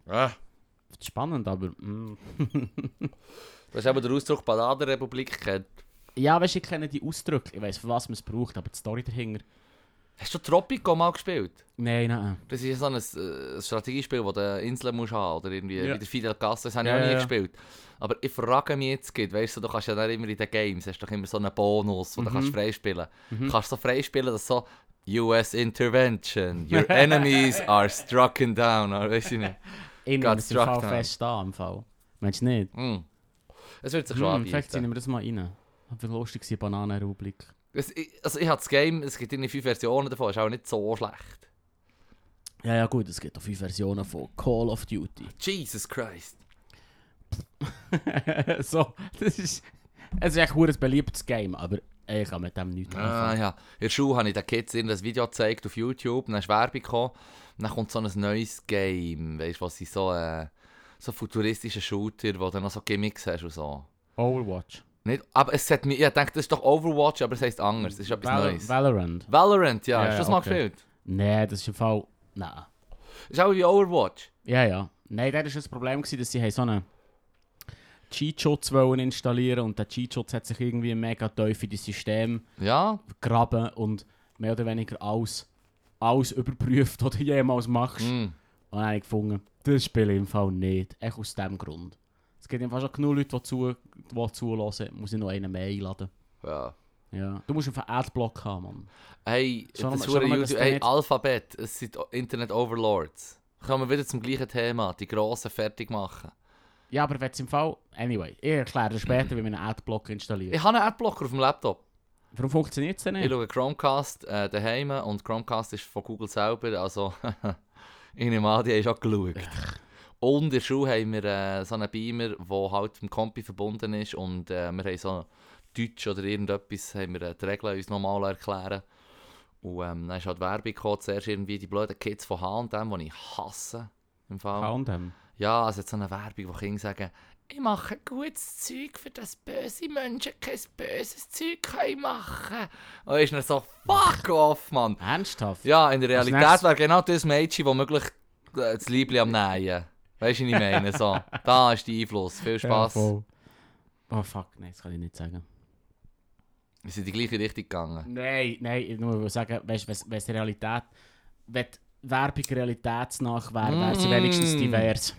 Speaker 2: Spannend, aber. mm.
Speaker 1: Das ist eben der Ausdruck Balladenrepublik kennt.
Speaker 2: Ja, weißt du, ich kenne die Ausdrücke. Ich weiß, für was man es braucht, aber die Story dahinter.
Speaker 1: Hast du Tropico mal gespielt?
Speaker 2: Nein, nein.
Speaker 1: Das ist so ein äh, Strategiespiel, das du Inseln musst haben oder irgendwie
Speaker 2: Ja.
Speaker 1: wie der eh, Fidel Castro, das habe ich
Speaker 2: Ja,
Speaker 1: noch nie
Speaker 2: ja, ja.
Speaker 1: gespielt. Aber ich frage mich jetzt, geht, weißt du, du kannst ja dann immer in den Games, hast doch immer so einen Bonus,
Speaker 2: Mhm.
Speaker 1: wo du kannst freispielen kannst. Du kannst so freispielen, dass so «US Intervention, your enemies are struck down», Nou, oder weiss ich nicht.
Speaker 2: Ich nehme
Speaker 1: Got
Speaker 2: es im Fall
Speaker 1: struck down.
Speaker 2: fest an, im Fall. Meinst du nicht?
Speaker 1: Mm. Es wird sich schon
Speaker 2: Hm, vielleicht ziehen
Speaker 1: anbieten.
Speaker 2: wir das mal rein. Aber lustig war Bananenrubrik.
Speaker 1: Es, ich, also ich habe das Game, es gibt irgendwie fünf Versionen davon, ist auch nicht so schlecht.
Speaker 2: Ja, dus ja, gut, es gibt auch fünf Versionen von Call of Duty.
Speaker 1: Jesus Christ.
Speaker 2: so, das ist. Es ist echt ein beliebtes Game, aber ich kann mit dem nichts
Speaker 1: Ah ja, in der Schule habe ich den Kids irgendein Video gezeigt auf YouTube, dann ist Werbung gekommen, und dann kommt so ein neues Game, weißt du, was sie so, äh, so futuristische Shooter, wo du noch so Gimmicks hast und so.
Speaker 2: Overwatch.
Speaker 1: Nicht, aber es hat mir, ich dachte, das ist doch Overwatch, aber es heisst anders, das ist etwas
Speaker 2: Val-
Speaker 1: Neues.
Speaker 2: Valorant.
Speaker 1: Valorant, ja,
Speaker 2: Ja,
Speaker 1: hast du
Speaker 2: ja,
Speaker 1: das mal
Speaker 2: okay.
Speaker 1: gespielt?
Speaker 2: Nein, das ist im Fall. Nein.
Speaker 1: Ist auch wie Overwatch.
Speaker 2: Ja, ja. Nein, das war das Problem, gewesen, dass sie haben so einen Cheat-Schutz wollen installieren und der Cheat-Schutz hat sich irgendwie mega tief in die System
Speaker 1: Ja,
Speaker 2: gegraben und mehr oder weniger alles, alles überprüft, was du jemals machst.
Speaker 1: mm.
Speaker 2: Und dann habe ich gefunden, das spiele ich im Fall nicht. Echt aus dem Grund. Es gibt im Fall schon genug Leute, die, zu, die zulassen. Muss ich noch einen mehr einladen.
Speaker 1: ja.
Speaker 2: Ja. Du musst einfach Adblock haben, Mann.
Speaker 1: Hey,
Speaker 2: Schau
Speaker 1: das
Speaker 2: mal-
Speaker 1: hure
Speaker 2: schau mal,
Speaker 1: YouTube,
Speaker 2: dass du
Speaker 1: hey,
Speaker 2: nicht-
Speaker 1: Alphabet, es sind Internet Overlords. Kommen wir wieder zum gleichen Thema, die Grossen fertig machen.
Speaker 2: Ja, aber wenn es im Fall... Anyway, ich erkläre dir später, wie man einen Adblock installiert.
Speaker 1: Ich habe einen Adblocker auf dem Laptop.
Speaker 2: Warum funktioniert es denn
Speaker 1: Ich
Speaker 2: nicht?
Speaker 1: schaue Chromecast äh, daheim und Chromecast ist von Google selber, also ich nehme an, die hast auch geschaut. Und in der Schule haben wir äh, so einen Beamer, der halt mit dem Kompi verbunden ist und äh, wir haben so Deutsch oder irgendetwas, haben wir äh, die Regeln uns nochmal erklären. Und ähm, dann ist halt Werbung gekommen, zuerst irgendwie die blöden Kids von H&M, die ich hasse im Fall.
Speaker 2: Countdown.
Speaker 1: Ja, es hat so eine Werbung, wo Kinder sagen, ich mache gutes Zeug, für das böse Menschen kein böses Zeug können machen Und ist dann so, fuck off, Mann.
Speaker 2: Ernsthaft?
Speaker 1: Ja, in der
Speaker 2: Als
Speaker 1: Realität
Speaker 2: nächstes-
Speaker 1: wäre genau das Mädchen, das möglich äh, das Liebling am Nähen. Weißt du, was ich meine? So, da ist der Einfluss. Viel Spass.
Speaker 2: voll. oh fuck, nein, das kann ich nicht sagen.
Speaker 1: Wir sind in die gleiche Richtung gegangen.
Speaker 2: Nein, nein, ich nur will sagen, weißt du, wenn es Realität... Wenn die Werbung realitätsnach wäre, wäre sie
Speaker 1: Mm.
Speaker 2: wenigstens divers.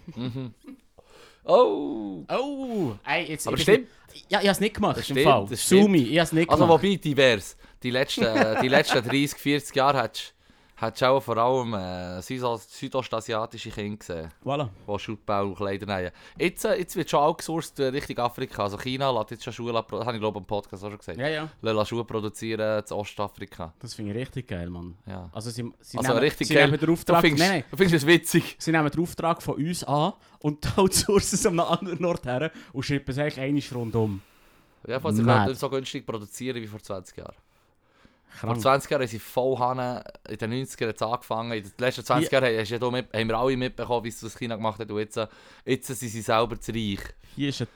Speaker 1: Oh!
Speaker 2: Oh! Ey, jetzt,
Speaker 1: Aber
Speaker 2: ich-
Speaker 1: stimmt.
Speaker 2: Ja, ich habe es nicht gemacht.
Speaker 1: Das
Speaker 2: im
Speaker 1: stimmt,
Speaker 2: Fall.
Speaker 1: das
Speaker 2: Sumi,
Speaker 1: stimmt.
Speaker 2: ich habe es nicht
Speaker 1: Also,
Speaker 2: gemacht.
Speaker 1: wobei, divers. Die letzten, äh, die letzten 30, 40 Jahre hättest hättest du auch vor allem äh, südo- südostasiatische Kinder gesehen.
Speaker 2: Voilà.
Speaker 1: die Schuldbau und Kleider nähen. Jetzt, äh, jetzt wird schon outgesourced äh, Richtung Afrika. Also China lässt jetzt schon Schuhe, das habe ich glaube im Podcast auch schon gesagt,
Speaker 2: Ja, ja.
Speaker 1: lässt Schuhe produzieren zu Ostafrika.
Speaker 2: Das finde ich richtig geil, Mann.
Speaker 1: Ja.
Speaker 2: Also, sie, sie
Speaker 1: Also
Speaker 2: nehmen,
Speaker 1: richtig
Speaker 2: sie
Speaker 1: geil.
Speaker 2: nehmen den
Speaker 1: Du
Speaker 2: Auftrag...
Speaker 1: findest,
Speaker 2: nein, nein.
Speaker 1: du findest es witzig.
Speaker 2: Sie nehmen den Auftrag von uns an und outsourcen es an einem anderen Ort her und schippen es eigentlich einmal rundum.
Speaker 1: Ja, falls sie
Speaker 2: Mad.
Speaker 1: könnten so günstig produzieren wie vor 20 Jahren. Vor
Speaker 2: Krank.
Speaker 1: 20 Jahren haben sie voll Hanne, in den 90ern hat's angefangen. In den letzten 20 Jahren haben, hast du ja da mit, haben wir alle mitbekommen, wie es was China gemacht hat. Und jetzt, äh, jetzt sind sie selber zu reich.
Speaker 2: Hier ist, ein,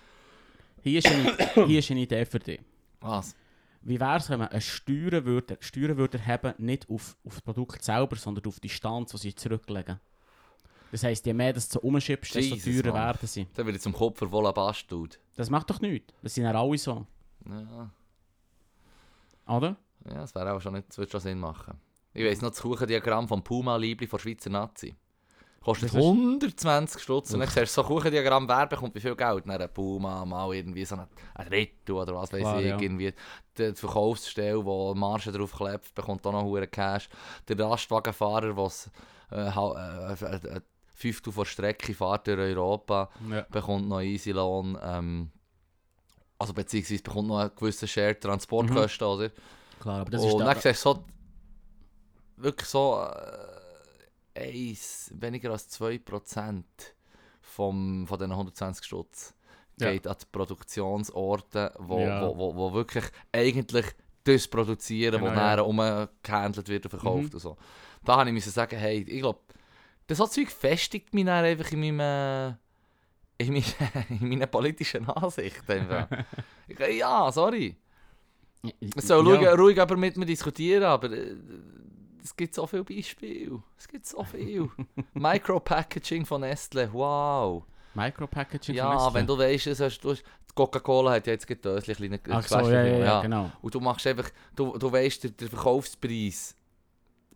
Speaker 2: hier, ist eine, hier ist eine Idee für dich.
Speaker 1: Was?
Speaker 2: Wie wäre es, wenn man eine Steuern würde, Steuern würde haben, nicht auf, auf das Produkt selber, sondern auf die Distanz, die sie zurücklegen? Das heisst, je mehr das du umschippst, desto
Speaker 1: Jesus,
Speaker 2: teurer
Speaker 1: Mann.
Speaker 2: werden sie.
Speaker 1: Dann wird es zum Kopf voller Bast, Dude.
Speaker 2: Das macht doch nichts. Das sind ja alle so,
Speaker 1: Ja.
Speaker 2: oder?
Speaker 1: Ja, das wäre auch schon nicht, das würde schon Sinn machen. Ich weiss noch das Kuchendiagramm vom Puma-Liebli von Schweizer Nazi. Kostet
Speaker 2: Das ist-
Speaker 1: 120 Stutz. Und dann siehst du, so ein Kuchendiagramm, wer bekommt wie viel Geld? Dann ein Puma, mal irgendwie so ein ein Drittel oder was weiß
Speaker 2: Klar,
Speaker 1: ich.
Speaker 2: ja.
Speaker 1: Irgendwie die die Verkaufsstelle, wo Marge drauf klebt, bekommt auch noch hohen Cash. Der Lastwagenfahrer, der äh, hau- äh, äh, äh, Fünftel von Strecke fährt durch Europa,
Speaker 2: Ja.
Speaker 1: bekommt noch easy Lohn. Ähm, also beziehungsweise bekommt noch einen gewissen Share
Speaker 2: Mhm.
Speaker 1: Transportkosten, oder?
Speaker 2: Klar, aber das
Speaker 1: und
Speaker 2: ist
Speaker 1: dann
Speaker 2: da,
Speaker 1: siehst du so, wirklich so äh, eins, weniger als 2% vom, von diesen 120 Stutz
Speaker 2: Ja.
Speaker 1: geht an die Produktionsorte, wo,
Speaker 2: Ja.
Speaker 1: wo, wo, wo wirklich eigentlich das produzieren, was
Speaker 2: Genau, ja.
Speaker 1: nachher umgehandelt wird und verkauft
Speaker 2: Mhm.
Speaker 1: und so. Da habe ich müssen sagen, hey, ich glaube, das so Zeug festigt mich dann einfach in meinem... äh, In, meinen, in meinen politischen Ansichten. einfach. Ich- ja, sorry. Es soll ruhig,
Speaker 2: ja.
Speaker 1: ruhig aber mit mir diskutieren, aber äh, es gibt so viele Beispiele. Es gibt so viel. Micropackaging von Nestle, wow.
Speaker 2: Micropackaging
Speaker 1: ja,
Speaker 2: von Nestle.
Speaker 1: wenn du weißt, es hast du hast- die Coca-Cola hat ja jetzt gerade Döschen, kleine
Speaker 2: Ach so,
Speaker 1: Fläschchen,
Speaker 2: ja, ja, ja, genau.
Speaker 1: Und du machst einfach, du, du weißt, der, der Verkaufspreis,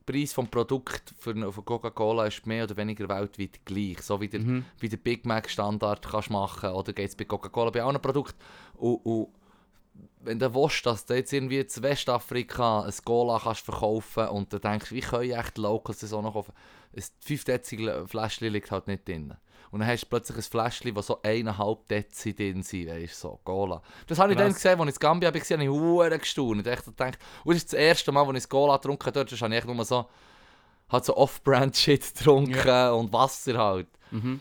Speaker 1: der Preis vom Produkt für, eine- von Coca-Cola ist mehr oder weniger weltweit gleich. So wie der,
Speaker 2: Mhm.
Speaker 1: wie der Big Mac Standard kannst machen oder geht es bei Coca-Cola bei allen Produkten. Und, und wenn du willst, dass du jetzt irgendwie in Westafrika ein Cola kannst verkaufen und du denkst, wie können echt die Locals das auch noch kaufen? Ein 5 Dezi Fläschchen liegt halt nicht drin. Und dann hast du plötzlich ein Fläschchen, das so 1,5 Dezi drin sind, weißt du, so, Cola. Das habe ich dann
Speaker 2: Krass.
Speaker 1: gesehen, als ich in Gambia war, habe ich verdammt gestaunt. Ich dachte, und das ist das erste Mal, als ich das Cola getrunken habe, dort habe ich echt nur so, halt so Off-Brand-Shit getrunken und Wasser halt.
Speaker 2: Mhm.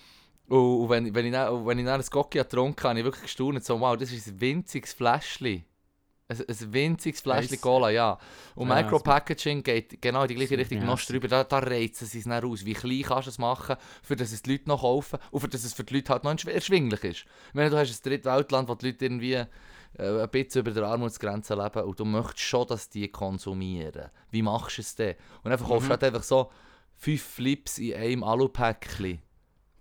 Speaker 1: Und und wenn, wenn ich dann, und wenn ich dann ein Gocki getrunken habe, habe ich wirklich gestaunt, so, wow, das ist ein winziges Fläschchen. Ein, ein winziges Fläschchen
Speaker 2: Weiss.
Speaker 1: Cola, ja. Und
Speaker 2: Ja,
Speaker 1: Micropackaging geht genau in die gleiche
Speaker 2: Das-
Speaker 1: Richtung,
Speaker 2: ja,
Speaker 1: noch
Speaker 2: das-
Speaker 1: drüber, da, da reizen sie es dann aus. Wie klein kannst du es machen, für dass es die Leute noch kaufen und für dass es für die Leute halt noch erschw- erschwinglich ist. Ich meine, du hast ein Drittweltland, wo die Leute irgendwie äh, ein bisschen über der Armutsgrenze leben und du möchtest schon, dass die konsumieren. Wie machst du es denn? Und einfach
Speaker 2: Mhm.
Speaker 1: kaufst du halt einfach so fünf Flips in einem Alupäckchen.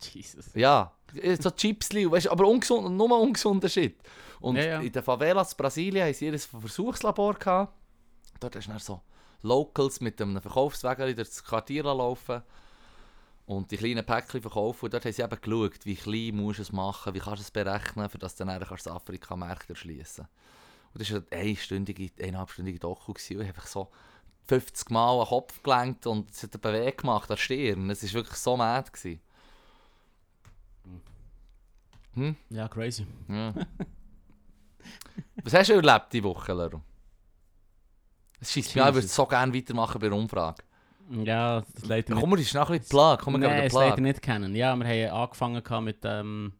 Speaker 2: Jesus.
Speaker 1: Ja, so Chipsli, weißt, aber ungesund, und nur ungesunder Shit. Und
Speaker 2: Ja, ja.
Speaker 1: in den Favelas Brasilien haben sie ihr ein Versuchslabor gehabt. Dort hast du dann so Locals mit einem Verkaufswagen durch das Quartier laufen und die kleinen Päckchen verkaufen. Und dort haben sie eben geschaut, wie klein musst du es machen, wie kannst du es berechnen, für das du dann kannst du das Afrika-Markt erschliessen Und das war eine einstündige, eineinhalbstündige Doku. gewesen. Und ich habe einfach so 50 Mal einen Kopf gelenkt und es hat einen Beweg gemacht an der Stirn. Es war wirklich so mad. Gewesen.
Speaker 2: Ja, crazy.
Speaker 1: Ja. Was hast du erlebt diese Woche, Lero? Es scheisst mir an, ich würde
Speaker 2: Jesus.
Speaker 1: so gerne weitermachen bei der Umfrage.
Speaker 2: Ja, das leider
Speaker 1: Komm, wir ist noch ein bisschen Plug. Komm, wir gehen
Speaker 2: Nein,
Speaker 1: wieder
Speaker 2: es leider
Speaker 1: Plug.
Speaker 2: nicht kennen. Ja, wir haben angefangen gehabt mit dem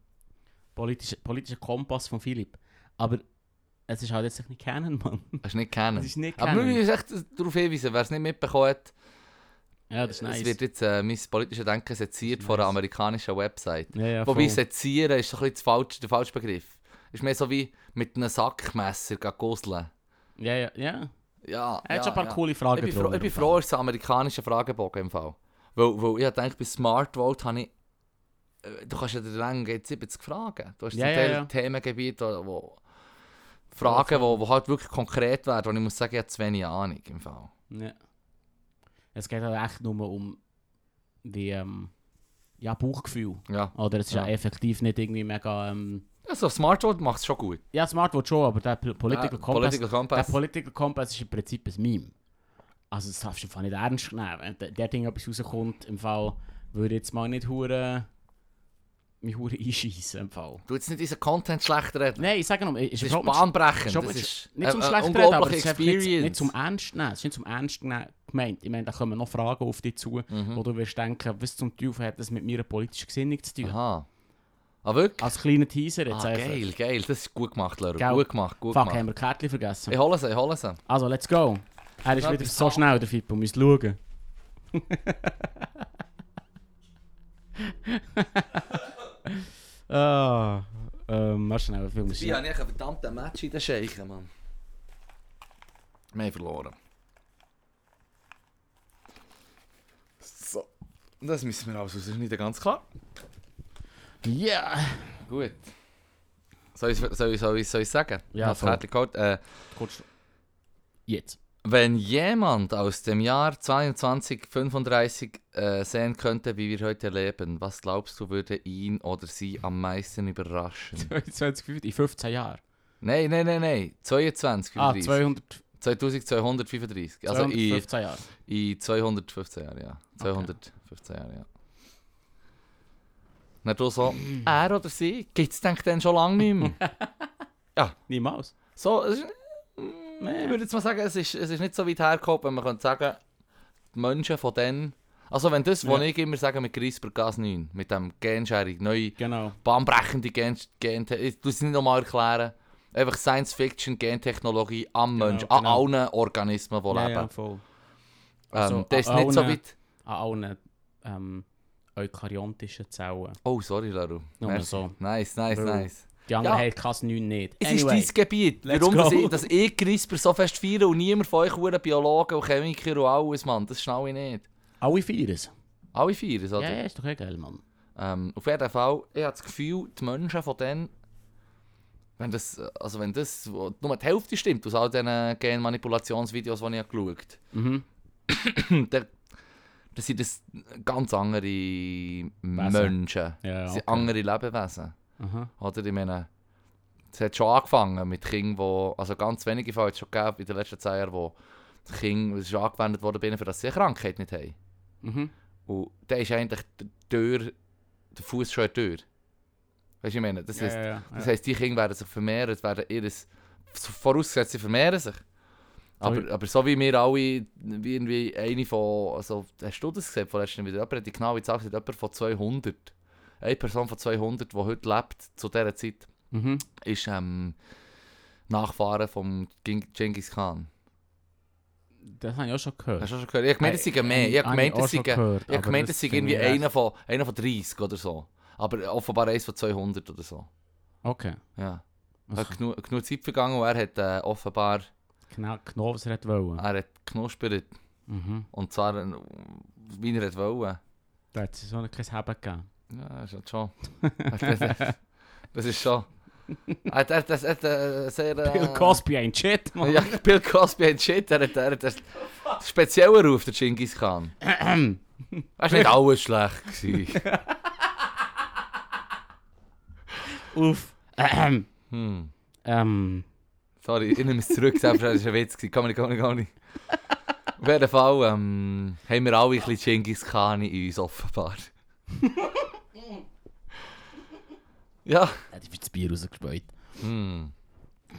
Speaker 2: politischen, politischen Kompass von Philipp. Aber es ist halt jetzt nicht kennen, Mann.
Speaker 1: Hast du nicht
Speaker 2: Es
Speaker 1: kennen.
Speaker 2: ist nicht
Speaker 1: Mhm. Aber wir
Speaker 2: kennen.
Speaker 1: müssen echt darauf hinweisen, wer es nicht mitbekommen hat,
Speaker 2: Ja, das
Speaker 1: es
Speaker 2: ist nice.
Speaker 1: wird jetzt äh, mein politisches Denken seziert
Speaker 2: Das ist
Speaker 1: von einer
Speaker 2: nice.
Speaker 1: amerikanischen Website.
Speaker 2: ja, ja,
Speaker 1: Wobei
Speaker 2: voll.
Speaker 1: sezieren ist so ein bisschen das falsche, der falsche Begriff. Ist mehr so wie mit einem Sackmesser gehen gusseln.
Speaker 2: Ja, ja, ja.
Speaker 1: Ja,
Speaker 2: Er hat
Speaker 1: ja,
Speaker 2: schon ein paar
Speaker 1: ja.
Speaker 2: coole Fragen
Speaker 1: Ich bin, froh,
Speaker 2: drunter
Speaker 1: ich bin
Speaker 2: im
Speaker 1: froh, es ist ein amerikanischer Fragebogen im Fall. Weil, weil ich hab gedacht, bei Smart Vote habe ich. äh, Du kannst ja dir lang geht 70 Fragen. Du hast
Speaker 2: Ja,
Speaker 1: zum
Speaker 2: ja,
Speaker 1: Teil
Speaker 2: ja.
Speaker 1: Themengebiete, wo, wo Fragen, die wo, wo halt wirklich konkret werden. Und ich muss sagen, ich habe zu wenig Ahnung im Fall.
Speaker 2: Fall. Ja. Es geht halt echt nur um die ähm, ja, Bauchgefühl.
Speaker 1: Ja.
Speaker 2: Oder es ist ja,
Speaker 1: Ja.
Speaker 2: effektiv nicht irgendwie mega. Ähm,
Speaker 1: Also Smart Vote macht es schon gut.
Speaker 2: ja, Smartwatch schon, aber der P- Political
Speaker 1: Ja,
Speaker 2: Compass.
Speaker 1: Political
Speaker 2: Der
Speaker 1: Compass.
Speaker 2: Political Compass ist im Prinzip ein Meme. Also das darfst du einfach nicht ernst nehmen. Wenn der, der Ding etwas rauskommt, im Fall würde ich jetzt mal nicht hure mich hure einschießen im Fall.
Speaker 1: du jetzt nicht diesen Content schlecht reden.
Speaker 2: Nein, ich sage nur, es
Speaker 1: Das
Speaker 2: ist
Speaker 1: ist
Speaker 2: überhaupt nicht,
Speaker 1: bahnbrechend.
Speaker 2: schon-
Speaker 1: Das ist
Speaker 2: nicht zum
Speaker 1: eine- eine
Speaker 2: schlecht reden, aber es
Speaker 1: unglaubliche
Speaker 2: ist einfach nicht, nicht
Speaker 1: Experience.
Speaker 2: zum Ernst nehmen. Es ist nicht zum Ernst nehmen gemeint. Ich meine, da kommen noch Fragen auf dich zu,
Speaker 1: Mhm.
Speaker 2: wo du wirst denken, was zum Teufel hat das mit meiner politischen Gesinnung zu tun?
Speaker 1: Aha. Ah, wirklich?
Speaker 2: Als kleiner Teaser jetzt
Speaker 1: ah,
Speaker 2: einfach.
Speaker 1: geil, geil. Das ist gut gemacht, Leru.
Speaker 2: Gell?
Speaker 1: Gut gemacht, gut
Speaker 2: Fuck,
Speaker 1: gemacht.
Speaker 2: haben wir Kärtchen vergessen.
Speaker 1: Ich hole sie, ich hole sie.
Speaker 2: Also, let's go. Er ist
Speaker 1: Ja,
Speaker 2: wieder
Speaker 1: bis
Speaker 2: so
Speaker 1: dann.
Speaker 2: schnell, der Fippo, müsst schauen. ah, ähm, mal schnell, wie viel muss ich
Speaker 1: Sie haben echt einen verdammten Match in den Scheichen, Mann. Wir haben verloren. So. Das müssen wir alles rausschneiden, ganz klar.
Speaker 2: Ja!
Speaker 1: Gut. Soll ich soll ich, soll ich, soll ich sagen?
Speaker 2: Ja,
Speaker 1: Hat's
Speaker 2: voll.
Speaker 1: Kärtchen geholt? Äh,
Speaker 2: Kurz. Jetzt.
Speaker 1: Wenn jemand aus dem Jahr 2235 äh, sehen könnte, wie wir heute leben, was glaubst du, würde ihn oder sie am meisten überraschen?
Speaker 2: 2050, in 15 Jahren.
Speaker 1: nein, nein, nein, nein. 22,
Speaker 2: Ah,
Speaker 1: 35.
Speaker 2: 200,
Speaker 1: 2235. Also in,
Speaker 2: 215 Jahre.
Speaker 1: in 215 Jahren, ja. 215 Jahren, ja. Na du so,
Speaker 2: Mhm.
Speaker 1: er oder sie, gibt es dann schon lange nicht mehr?
Speaker 2: Niemals.
Speaker 1: So, es ist, mm, ich würde jetzt mal sagen, es ist, es ist nicht so weit hergeholt, wenn man könnte sagen, die Menschen von denen. Also, wenn das, was
Speaker 2: Ja.
Speaker 1: ich immer sage mit CRISPR-Cas9, mit dem Gensharing, neue
Speaker 2: Genau.
Speaker 1: bahnbrechende Gen, Gen ich muss es nicht nochmal erklären. Einfach Science-Fiction-Gentechnologie am
Speaker 2: Genau,
Speaker 1: Menschen, an
Speaker 2: genau.
Speaker 1: allen Organismen, die
Speaker 2: Ja, ja,
Speaker 1: leben.
Speaker 2: voll.
Speaker 1: ähm,
Speaker 2: Also,
Speaker 1: das ist
Speaker 2: an
Speaker 1: nicht so
Speaker 2: allen-
Speaker 1: weit.
Speaker 2: An allen ähm, eukaryontischen Zellen.
Speaker 1: Oh, sorry, Laru.
Speaker 2: Nur
Speaker 1: Merci.
Speaker 2: so.
Speaker 1: Nice, nice,
Speaker 2: Weil-
Speaker 1: nice.
Speaker 2: Die anderen
Speaker 1: Ja.
Speaker 2: haben Kass 9 nicht.
Speaker 1: Es
Speaker 2: Anyway.
Speaker 1: ist dein Gebiet.
Speaker 2: let's
Speaker 1: Warum
Speaker 2: go.
Speaker 1: dass ich, dass ich CRISPR so fest feiere und niemand von euch Huren Biologen und Chemiker und alles, Mann. Das schnaue ich nicht.
Speaker 2: Alle vier es.
Speaker 1: Alle vier,
Speaker 2: Ja,
Speaker 1: oder?
Speaker 2: ja, ist doch eh geil, Mann.
Speaker 1: Ähm, auf jeden Fall, ich habe das Gefühl, die Menschen von denen, wenn das, äh, also wenn das wo- nur die Hälfte stimmt aus all diesen Genmanipulationsvideos, die ich habe geschaut
Speaker 2: Mhm.
Speaker 1: habe, dann, dann sind das ganz andere Menschen.
Speaker 2: Ja,
Speaker 1: Das
Speaker 2: okay.
Speaker 1: sind andere Lebewesen.
Speaker 2: Aha.
Speaker 1: Oder ich meine, es hat schon angefangen mit Kindern, wo, also ganz wenige Fälle hat es schon gegeben in den letzten zehn Jahren, wo die Kinder, es ist angewendet worden, bei ihnen, für dass sie eine Krankheit nicht haben.
Speaker 2: Mhm.
Speaker 1: Und da ist eigentlich der, Tür, der Fuß schon durch. Weißt du, ich meine, das
Speaker 2: ja,
Speaker 1: heisst,
Speaker 2: ja, ja.
Speaker 1: das heisst, die Kinder werden sich vermehren, werden ihres, vorausgesetzt, sie vermehren sich. Aber,
Speaker 2: Sorry.
Speaker 1: aber so wie wir alle, wie irgendwie eine von, also hast du das gesehen von letztem wieder? Jemand hat die genaue Zahl gesagt, jemand von 200. Eine Person von 200, die heute lebt, zu dieser Zeit,
Speaker 2: mhm.
Speaker 1: ist ähm, Nachfahren von Genghis Khan.
Speaker 2: Das habe ich auch schon gehört. Äh,
Speaker 1: Hast du das schon gehört? Also, Ich meine, es sind mehr. Ich habe gemeint, es
Speaker 2: eh,
Speaker 1: sind... Ich habe gemeint, es sei irgendwie einer von, einer von 30 oder so. Aber offenbar eins von 200 oder so.
Speaker 2: Okay.
Speaker 1: Ja.
Speaker 2: Also,
Speaker 1: Hat genug, genug Zeit vergangen und er hat äh, offenbar
Speaker 2: genau, genau, was er hätte wollen.
Speaker 1: er hat knuspert.
Speaker 2: Mhm.
Speaker 1: Und zwar, äh, wie er hat wollte.
Speaker 2: Da hat es so noch kein Heben gegeben.
Speaker 1: Ja, das ist schon. das ist schon. Er hat, er hat, er hat äh, sehr. Äh,
Speaker 2: Bill Cosby ain't shit, Mann.
Speaker 1: Ja, Bill Cosby hat Shit. Er hat, er hat einen speziellen Ruf, der Genghis Khan. Er war nicht alles schlecht. gewesen.
Speaker 2: Uff. Ahem.
Speaker 1: Hm.
Speaker 2: ähm.
Speaker 1: Sorry, ich nehme es zurück, selbst das war ein Witz. gewesen. Kann man nicht, kann man nicht, kann man nicht. Auf jeden Fall ähm, haben wir alle ein bisschen Genghis Khan in uns, offenbar. ja,
Speaker 2: Hätte ich das Bier rausgespäut.
Speaker 1: hm,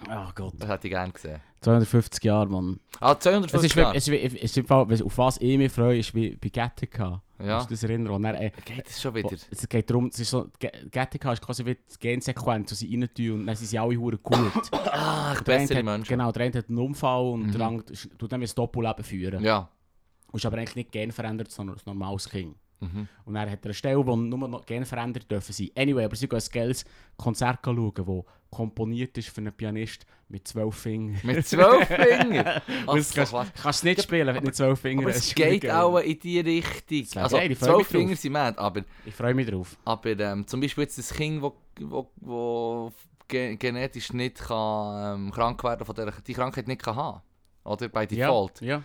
Speaker 2: Oh Gott.
Speaker 1: das hätte ich gerne gesehen.
Speaker 2: 250 Jahre, Mann.
Speaker 1: Ah,
Speaker 2: Es
Speaker 1: 250
Speaker 2: ist,
Speaker 1: Jahre.
Speaker 2: wirklich- es ist, wirklich- es ist, im Fall, weißt du, auf was ich mich freue, ist wie bei Gattaca.
Speaker 1: Ja.
Speaker 2: Kannst du dich erinnern? Und dann, äh,
Speaker 1: Geht das schon wieder?
Speaker 2: Es geht darum, es ist so, G- Gattaca ist quasi wie die Gensequenz, die sie rein tun und dann sind sie alle hure gut.
Speaker 1: Ah,
Speaker 2: Der eine
Speaker 1: bessere
Speaker 2: hat-
Speaker 1: Menschen. Mhm.
Speaker 2: Genau, der eine hat einen Unfall und der andere ist- tut dann wie ein Doppelleben führen.
Speaker 1: Ja.
Speaker 2: Und ist aber eigentlich nicht genverändert, sondern ein normales Kind.
Speaker 1: Mhm.
Speaker 2: Und dann hat er eine Stelle, wo nur noch genverändert dürfen sein. Anyway, aber sie gehen ein geiles Konzert schauen, das komponiert ist für einen Pianist mit zwölf Fingern.
Speaker 1: Mit zwölf Fingern.
Speaker 2: Und das
Speaker 1: Also,
Speaker 2: kannst
Speaker 1: was-
Speaker 2: kannst du nicht spielen, wenn du nicht zwölf Finger
Speaker 1: aber
Speaker 2: hast.
Speaker 1: es geht
Speaker 2: Geil.
Speaker 1: auch in die Richtung.
Speaker 2: Das wär
Speaker 1: Also,
Speaker 2: geil, ich freu
Speaker 1: zwölf
Speaker 2: mich drauf.
Speaker 1: Finger sind mad, aber
Speaker 2: Ich freue mich drauf.
Speaker 1: Aber ähm, zum Beispiel jetzt das Kind, wo, wo, wo ge genetisch nicht kann, ähm, krank werden von der die Krankheit nicht kann haben Oder bei Default.
Speaker 2: Ja, ja.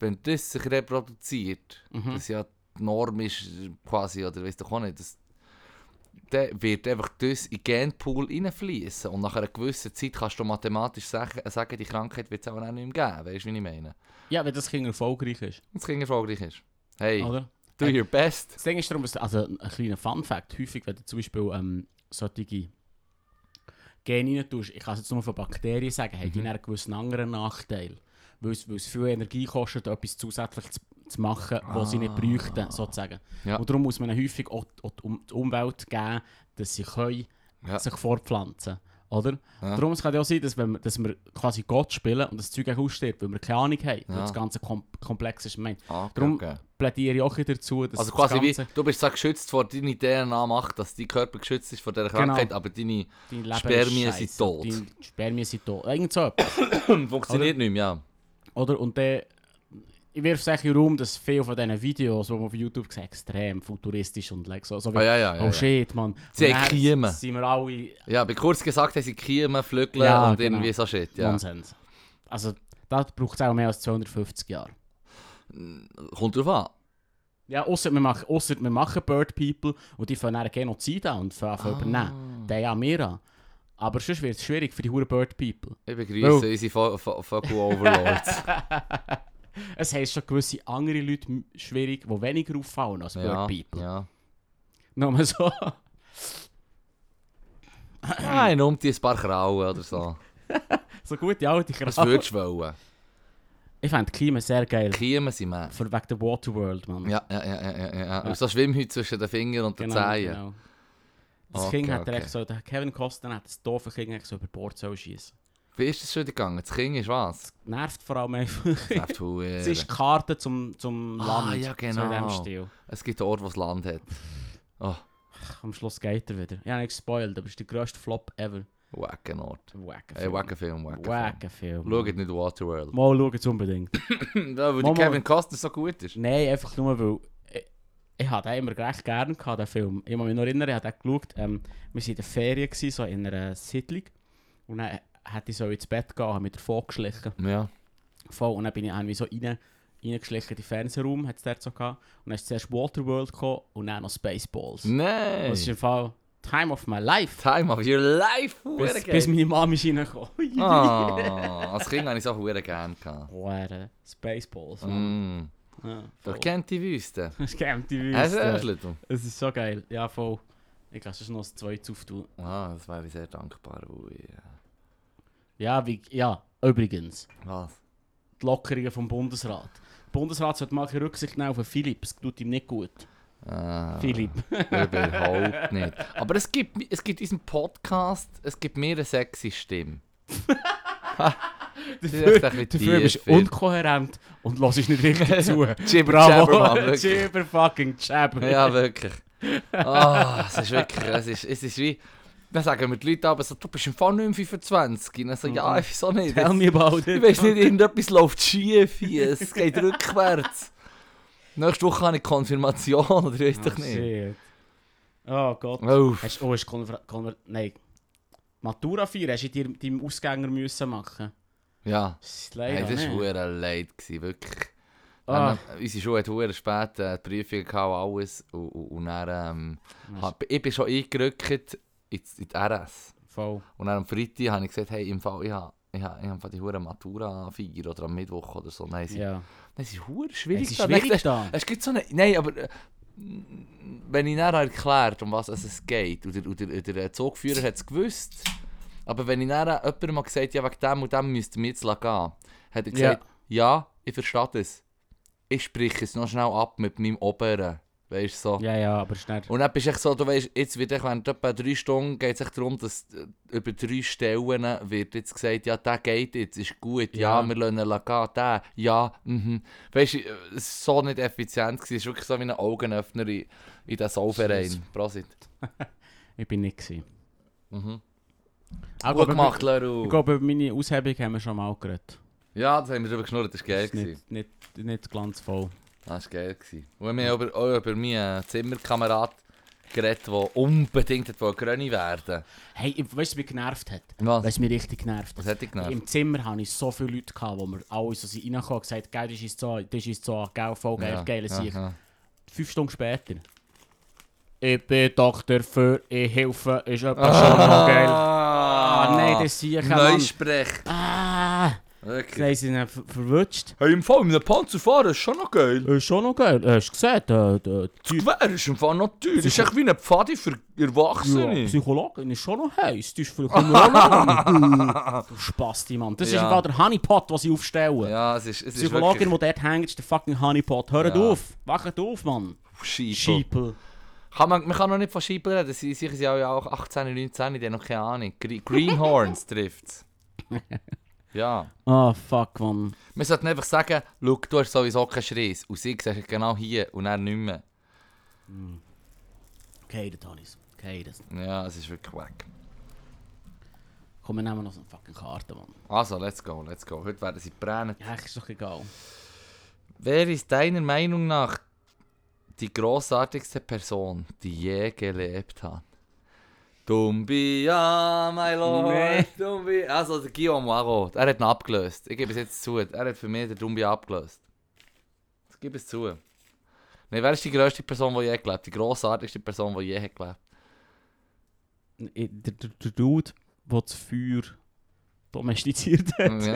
Speaker 1: Wenn das sich reproduziert,
Speaker 2: Mhm.
Speaker 1: das ja die Norm ist äh, quasi, oder weißt du auch nicht, das, dann wird einfach das in den Genpool reinfließen. Und nach einer gewissen Zeit kannst du mathematisch sagen, sagen die Krankheit wird es aber auch nicht mehr geben. Weißt du, wie ich meine?
Speaker 2: ja, wenn das Kind erfolgreich ist.
Speaker 1: Wenn das Kind erfolgreich ist. Hey,
Speaker 2: Oder?
Speaker 1: do your best.
Speaker 2: Das Ding ist darum, dass- also ein kleiner Fun-Fact, häufig, wenn du zum Beispiel ähm, solche Gene rein tust, ich kann es jetzt nur von Bakterien sagen, haben
Speaker 1: Mhm.
Speaker 2: die einen gewissen anderen Nachteil. Weil es, weil es viel Energie kostet, etwas zusätzlich zu, zu machen, was sie nicht bräuchten, sozusagen.
Speaker 1: Ah. Ja.
Speaker 2: Und darum muss man ihnen häufig auch, auch die Um- die Umwelt geben, dass sie können,
Speaker 1: Ja.
Speaker 2: sich fortpflanzen oder? Darum es kann ja auch sein, dass, wenn wir, dass wir quasi Gott spielen und das Zeug auch ausstirbt, weil wir keine Ahnung haben, weil
Speaker 1: Ja.
Speaker 2: das Ganze kom komplex ist. Ich meine,
Speaker 1: Ah,
Speaker 2: Darum-
Speaker 1: okay.
Speaker 2: plädiere ich auch ein bisschen dazu, dass
Speaker 1: Also
Speaker 2: das
Speaker 1: quasi wie,
Speaker 2: Ganze-
Speaker 1: du bist so geschützt vor deiner DNA macht, dass dein Körper geschützt ist vor dieser
Speaker 2: Genau.
Speaker 1: Krankheit, aber deine
Speaker 2: Dein Leben
Speaker 1: Spermien
Speaker 2: ist
Speaker 1: sind
Speaker 2: scheisse.
Speaker 1: tot.
Speaker 2: Dein Spermien sind tot. Irgend so etwas.
Speaker 1: funktioniert nicht mehr, ja.
Speaker 2: Oder? Und dann, ich wirf es in Raum, dass viele von diesen Videos, die man auf YouTube sieht, extrem futuristisch und like, so, so wie,
Speaker 1: Ah, ja, ja, ja,
Speaker 2: oh
Speaker 1: ja.
Speaker 2: shit, man.
Speaker 1: Sie
Speaker 2: Und
Speaker 1: haben
Speaker 2: dann
Speaker 1: Kiemen.
Speaker 2: sind wir alle
Speaker 1: Ja, bei kurz gesagt haben sie Kiemen, Flügel
Speaker 2: Ja,
Speaker 1: und
Speaker 2: genau.
Speaker 1: irgendwie so shit, ja.
Speaker 2: Nonsens. Also, Da braucht es auch mehr als 250 Jahre.
Speaker 1: Kommt drauf an.
Speaker 2: Ja, ausser wir machen, ausser wir machen Bird People und die fangen dann Genozid an und fangen ah. übernehmen. Den ja wir an. Aber sonst wird es schwierig für die Huren Bird People.
Speaker 1: Ich begrüße
Speaker 2: Oh.
Speaker 1: unsere Fo- Fo- Fuck You Overlords.
Speaker 2: Es heisst schon gewisse andere Leute m- schwierig, die weniger auffallen als
Speaker 1: ja,
Speaker 2: Bird People.
Speaker 1: ja.
Speaker 2: Nur so.
Speaker 1: Nein, um die ein paar Krauen oder so.
Speaker 2: So gut, ja, die
Speaker 1: Was
Speaker 2: Kralle.
Speaker 1: würdest du wollen?
Speaker 2: Ich fand Klima sehr geil.
Speaker 1: Kiemen sind mehr.
Speaker 2: Für wegen der Waterworld, Mann.
Speaker 1: Ja, ja, ja, ja, ja, ja. ja. Und so Schwimmhäute zwischen den Fingern und den Zehen.
Speaker 2: genau. Dus Das
Speaker 1: Okay,
Speaker 2: Kind hat er
Speaker 1: okay.
Speaker 2: echt so, der Kevin Costner hat das doofe Kind echt so über Bord so schießen.
Speaker 1: Wie ist das schon wieder gegangen? Das Kind ist was?
Speaker 2: Nervt vor allem einfach.
Speaker 1: Das nervt
Speaker 2: Es
Speaker 1: verdammt.
Speaker 2: ist die Karte zum, zum
Speaker 1: Ah,
Speaker 2: Land.
Speaker 1: ja,
Speaker 2: So in
Speaker 1: genau.
Speaker 2: dem Stil.
Speaker 1: Es gibt Orte, wo das Land hat. Oh,
Speaker 2: Am Schluss geht er wieder. Ich habe nicht gespoilt, aber es ist der grösste Flop ever.
Speaker 1: wacken Ort.
Speaker 2: Wacken
Speaker 1: Ey,
Speaker 2: Film.
Speaker 1: wacken Film, wacken Film.
Speaker 2: Wacken Film.
Speaker 1: Schaut nicht Waterworld.
Speaker 2: Mal schauen es unbedingt.
Speaker 1: Hm, ja, weil die
Speaker 2: Mama.
Speaker 1: Kevin Costner so gut ist.
Speaker 2: Nein, einfach nur, weil ich, ich hatte den immer recht gerne gehabt, den Film. Ich muss mich noch erinnern, ich habe den geschaut, ähm, wir waren in der Ferien, gewesen, so in einer Siedlung. Und dann hätte ich so ins Bett gehen, habe mit der vorgeschlichen.
Speaker 1: Ja.
Speaker 2: Voll. Und dann bin ich irgendwie so rein, reingeschlichen in den Fernsehraum, hat es dort so gehabt. Und dann ist zuerst Waterworld gekommen und dann noch Spaceballs.
Speaker 1: Nein!
Speaker 2: Das ist im Fall Time of my life.
Speaker 1: Time of your life!
Speaker 2: Bis,
Speaker 1: Bis,
Speaker 2: bis meine Mama ist reingekommen.
Speaker 1: Ah, als Kind hatte ich es auch verdammt gerne. gehabt.
Speaker 2: Hure. Spaceballs. Mann.
Speaker 1: Mm.
Speaker 2: Ja,
Speaker 1: Da
Speaker 2: voll.
Speaker 1: kennt die Wüste.
Speaker 2: Das kennt die
Speaker 1: Hast du
Speaker 2: Wüste.
Speaker 1: das Little?
Speaker 2: Es ist so geil. Ja, voll. Ich kann sonst noch das zweite auftun.
Speaker 1: Ah, das wäre ich sehr dankbar. Wo ich, äh,
Speaker 2: Ja, wie, ja, übrigens.
Speaker 1: was?
Speaker 2: Die Lockerungen vom Bundesrat. Der Bundesrat sollte mal ein bisschen Rücksicht nehmen auf Philipp. Es tut ihm nicht gut.
Speaker 1: Ah,
Speaker 2: Philipp.
Speaker 1: Überhaupt nicht. Aber es gibt, es gibt diesen Podcast, es gibt mehr eine sexy Stimme. Das ist echt eh, ein bisschen
Speaker 2: Dafür bist du
Speaker 1: tiefer.
Speaker 2: unkohärent und hörst nicht richtig zu.
Speaker 1: Jibber jabber, Mann,
Speaker 2: Bravo.
Speaker 1: wirklich.
Speaker 2: Jibber fucking jabber.
Speaker 1: Ja, wirklich. Ah, es ist wirklich, es ist, es ist wie... Dann sagen mir die Leute aber so, du bist im Fall nicht mehr 25. Und dann so, ja,
Speaker 2: Mhm.
Speaker 1: wieso nicht?
Speaker 2: Tell me about it.
Speaker 1: Ich weiß nicht, irgendetwas läuft schief hier, es geht rückwärts. Nächste Woche habe ich Konfirmation, oder ich weiß doch
Speaker 2: Ah,
Speaker 1: nicht.
Speaker 2: shit. Oh Gott.
Speaker 1: Uff.
Speaker 2: Hast, oh, hast du Konver... Konver nein. Matura 4 hast du dir deinem Ausgänger müssen machen.
Speaker 1: Ja,
Speaker 2: Das ist
Speaker 1: hey,
Speaker 2: leider
Speaker 1: das war
Speaker 2: nicht.
Speaker 1: verdammt leid, gewesen, wirklich.
Speaker 2: Ah.
Speaker 1: Wenn man- Unsere Schule hat verdammt spät äh, die Prüfung gehabt, alles. Und, und, und dann,
Speaker 2: Mhm.
Speaker 1: ähm, hab, ich bin schon eingerückt in, die- in die RS.
Speaker 2: Voll.
Speaker 1: Und dann am Freitag habe ich gesagt, hey, im Fall, ich habe ich hab, ich hab die hure Matura feiern oder am Mittwoch oder so. Nein, sie,
Speaker 2: Ja.
Speaker 1: nein, es ist hure
Speaker 2: Es
Speaker 1: schwierig.
Speaker 2: ist
Speaker 1: da. Nein,
Speaker 2: schwierig da.
Speaker 1: Es gibt so eine. Nein, aber. äh, Wenn ich dann erklärt, um was es geht, oder, oder, oder der Zugführer hat es gewusst, aber wenn ich dann jemandem mal gesagt ja, wegen dem und dem müssten wir jetzt gehen, hat er gesagt, ja, ich verstehe das. Ich spreche es noch schnell ab mit meinem Oberen. Weißt du so?
Speaker 2: Ja, ja, aber schnell.
Speaker 1: Und dann bist du echt so, du weißt, jetzt wird echt während etwa drei Stunden geht es echt darum, dass äh, über drei Stellen wird jetzt gesagt, ja, der geht jetzt, ist gut, ja,
Speaker 2: Ja.
Speaker 1: wir lassen ihn gehen, der, ja, mhm. Weißt du, äh, es war so nicht effizient, gewesen. es war wirklich so wie ein Augenöffner in, in diesen Sauverein.
Speaker 2: Schiss.
Speaker 1: Prosit.
Speaker 2: Ich bin nicht gewesen.
Speaker 1: Mhm.
Speaker 2: Auch
Speaker 1: Gut
Speaker 2: über-
Speaker 1: gemacht,
Speaker 2: Ich
Speaker 1: Leru.
Speaker 2: glaube, über meine Aushebung haben wir schon mal geredet.
Speaker 1: Ja, das haben wir drüber geschnurrt, das war geil.
Speaker 2: Das ist
Speaker 1: Gewesen.
Speaker 2: nicht, nicht, nicht glanzvoll.
Speaker 1: Das war geil. Gewesen. Und wir haben über, auch über meinen Zimmerkamerad geredet, der unbedingt hat wollen grüne werden
Speaker 2: Hey, ich- weißt du, was mich genervt hat?
Speaker 1: Was?
Speaker 2: Weißt du, mich richtig genervt
Speaker 1: Was
Speaker 2: hat?
Speaker 1: hat dich genervt?
Speaker 2: Im Zimmer hatte ich so viele Leute, gehabt, wo wir alle so sind reingekommen und gesagt haben, das ist so, das ist so, geil, voll geil,
Speaker 1: Ja,
Speaker 2: geiler Sieg.
Speaker 1: ja.
Speaker 2: Fünf Stunden später. Ich bin doch dafür, ich helfe, ist etwas schon noch geil. Ah, nein, das sehe ich nicht.
Speaker 1: Neusprech.
Speaker 2: Ah,
Speaker 1: Wirklich.
Speaker 2: jetzt sind ver Eh, verwutscht.
Speaker 1: Hey, im Fall mit einem Panzer fahren ist schon noch geil.
Speaker 2: Ist schon noch geil, hast du gesehen? Der, der
Speaker 1: Das Gewehr ist im Fall noch teuer. Das ist echt wie eine Pfade für
Speaker 2: Ja,
Speaker 1: Erwachsene.
Speaker 2: Psychologin ist schon noch heiß. Du bist vielleicht noch lang. Du Spasti, Mann. Das
Speaker 1: Ja.
Speaker 2: ist einfach der Honeypot, den sie aufstellen.
Speaker 1: Ja, es ist, es ist
Speaker 2: Psychologin,
Speaker 1: wirklich...
Speaker 2: die dort hängt, ist der fucking Honeypot. Hört
Speaker 1: Ja.
Speaker 2: auf. Wacht auf, Mann.
Speaker 1: Scheipel.
Speaker 2: Schiepel.
Speaker 1: Kann man, man kann noch nicht von Scheipel reden. Sie sicher sind ja auch 18, 19, die haben noch keine Ahnung. Gre- Greenhorns trifft's. Ja.
Speaker 2: Ah, fuck, Mann.
Speaker 1: Man sollte einfach sagen, schau, du hast sowieso keinen Schreis. Und sie siehst genau hier und er nicht mehr.
Speaker 2: Okay, das habe ich's. Okay, das.
Speaker 1: Ja, es ist wirklich wack.
Speaker 2: Komm, wir nehmen noch so eine fucking Karte, Mann.
Speaker 1: Also, let's go, let's go. Heute werden sie brennen.
Speaker 2: Ja, ist doch egal.
Speaker 1: Wer ist deiner Meinung nach die großartigste Person, die je gelebt hat? Dumbia, ah, my lord,
Speaker 2: Nee.
Speaker 1: Dumbia. Also der Guillaume Waro, er hat ihn abgelöst. Ich gebe es jetzt zu, er hat für mich den Dumbia abgelöst. Ich gebe es zu. Nein, wer ist die grösste Person, die je gelebt hat? Die grossartigste Person, die je hat gelebt hat?
Speaker 2: Ich- Der, der, der Dude, der das Feuer domestiziert hat.
Speaker 1: Ja,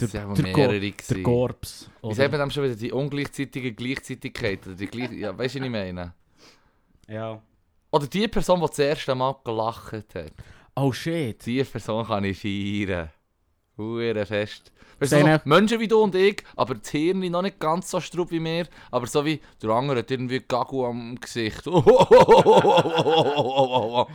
Speaker 2: Der,
Speaker 1: das waren
Speaker 2: der, Go-
Speaker 1: mehrere.
Speaker 2: der
Speaker 1: gewesen.
Speaker 2: Korps.
Speaker 1: Wie
Speaker 2: oder?
Speaker 1: sagt man dem schon wieder? Die ungleichzeitige Gleichzeitigkeit. Oder die gleich ja, weißt du, was ich meine?
Speaker 2: Ja.
Speaker 1: Oder die Person, die das erste Mal gelacht hat.
Speaker 2: Oh shit.
Speaker 1: Diese Person kann ich feiern. Hure fest. Weißt du,
Speaker 2: Sehen
Speaker 1: so
Speaker 2: wir-
Speaker 1: Menschen wie du und ich, aber das Hirn noch nicht ganz so strub wie mir, aber so wie der andere hat irgendwie Gagu am Gesicht. so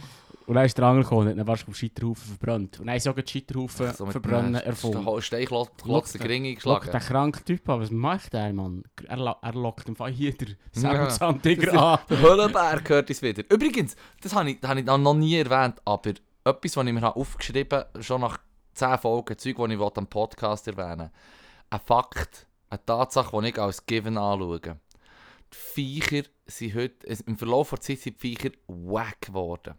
Speaker 2: Und dann ist der andere gekommen und hat ihn fast auf dem Scheiterhaufen verbrannt. Und dann ist auch den Scheiterhaufen verbrennen erfunden.
Speaker 1: erfunden. Steinklotz,
Speaker 2: Lock-
Speaker 1: Gringe
Speaker 2: Lockt
Speaker 1: geschlagen.
Speaker 2: der kranke Typ an, was macht der, Mann? Er, lo- er lockt im Fall hier den
Speaker 1: Ja.
Speaker 2: Säbelzahntiger an.
Speaker 1: Der Höllenberg hört uns wieder. Übrigens, das habe ich, das habe ich noch nie erwähnt, aber etwas, was ich mir habe aufgeschrieben habe, schon nach 10 Folgen, Zeug, das ich am Podcast erwähnen will. Ein Fakt, eine Tatsache, die ich als Given anschaue. Die Viecher sind heute, es- im Verlauf der Zeit sind die Viecher wack geworden.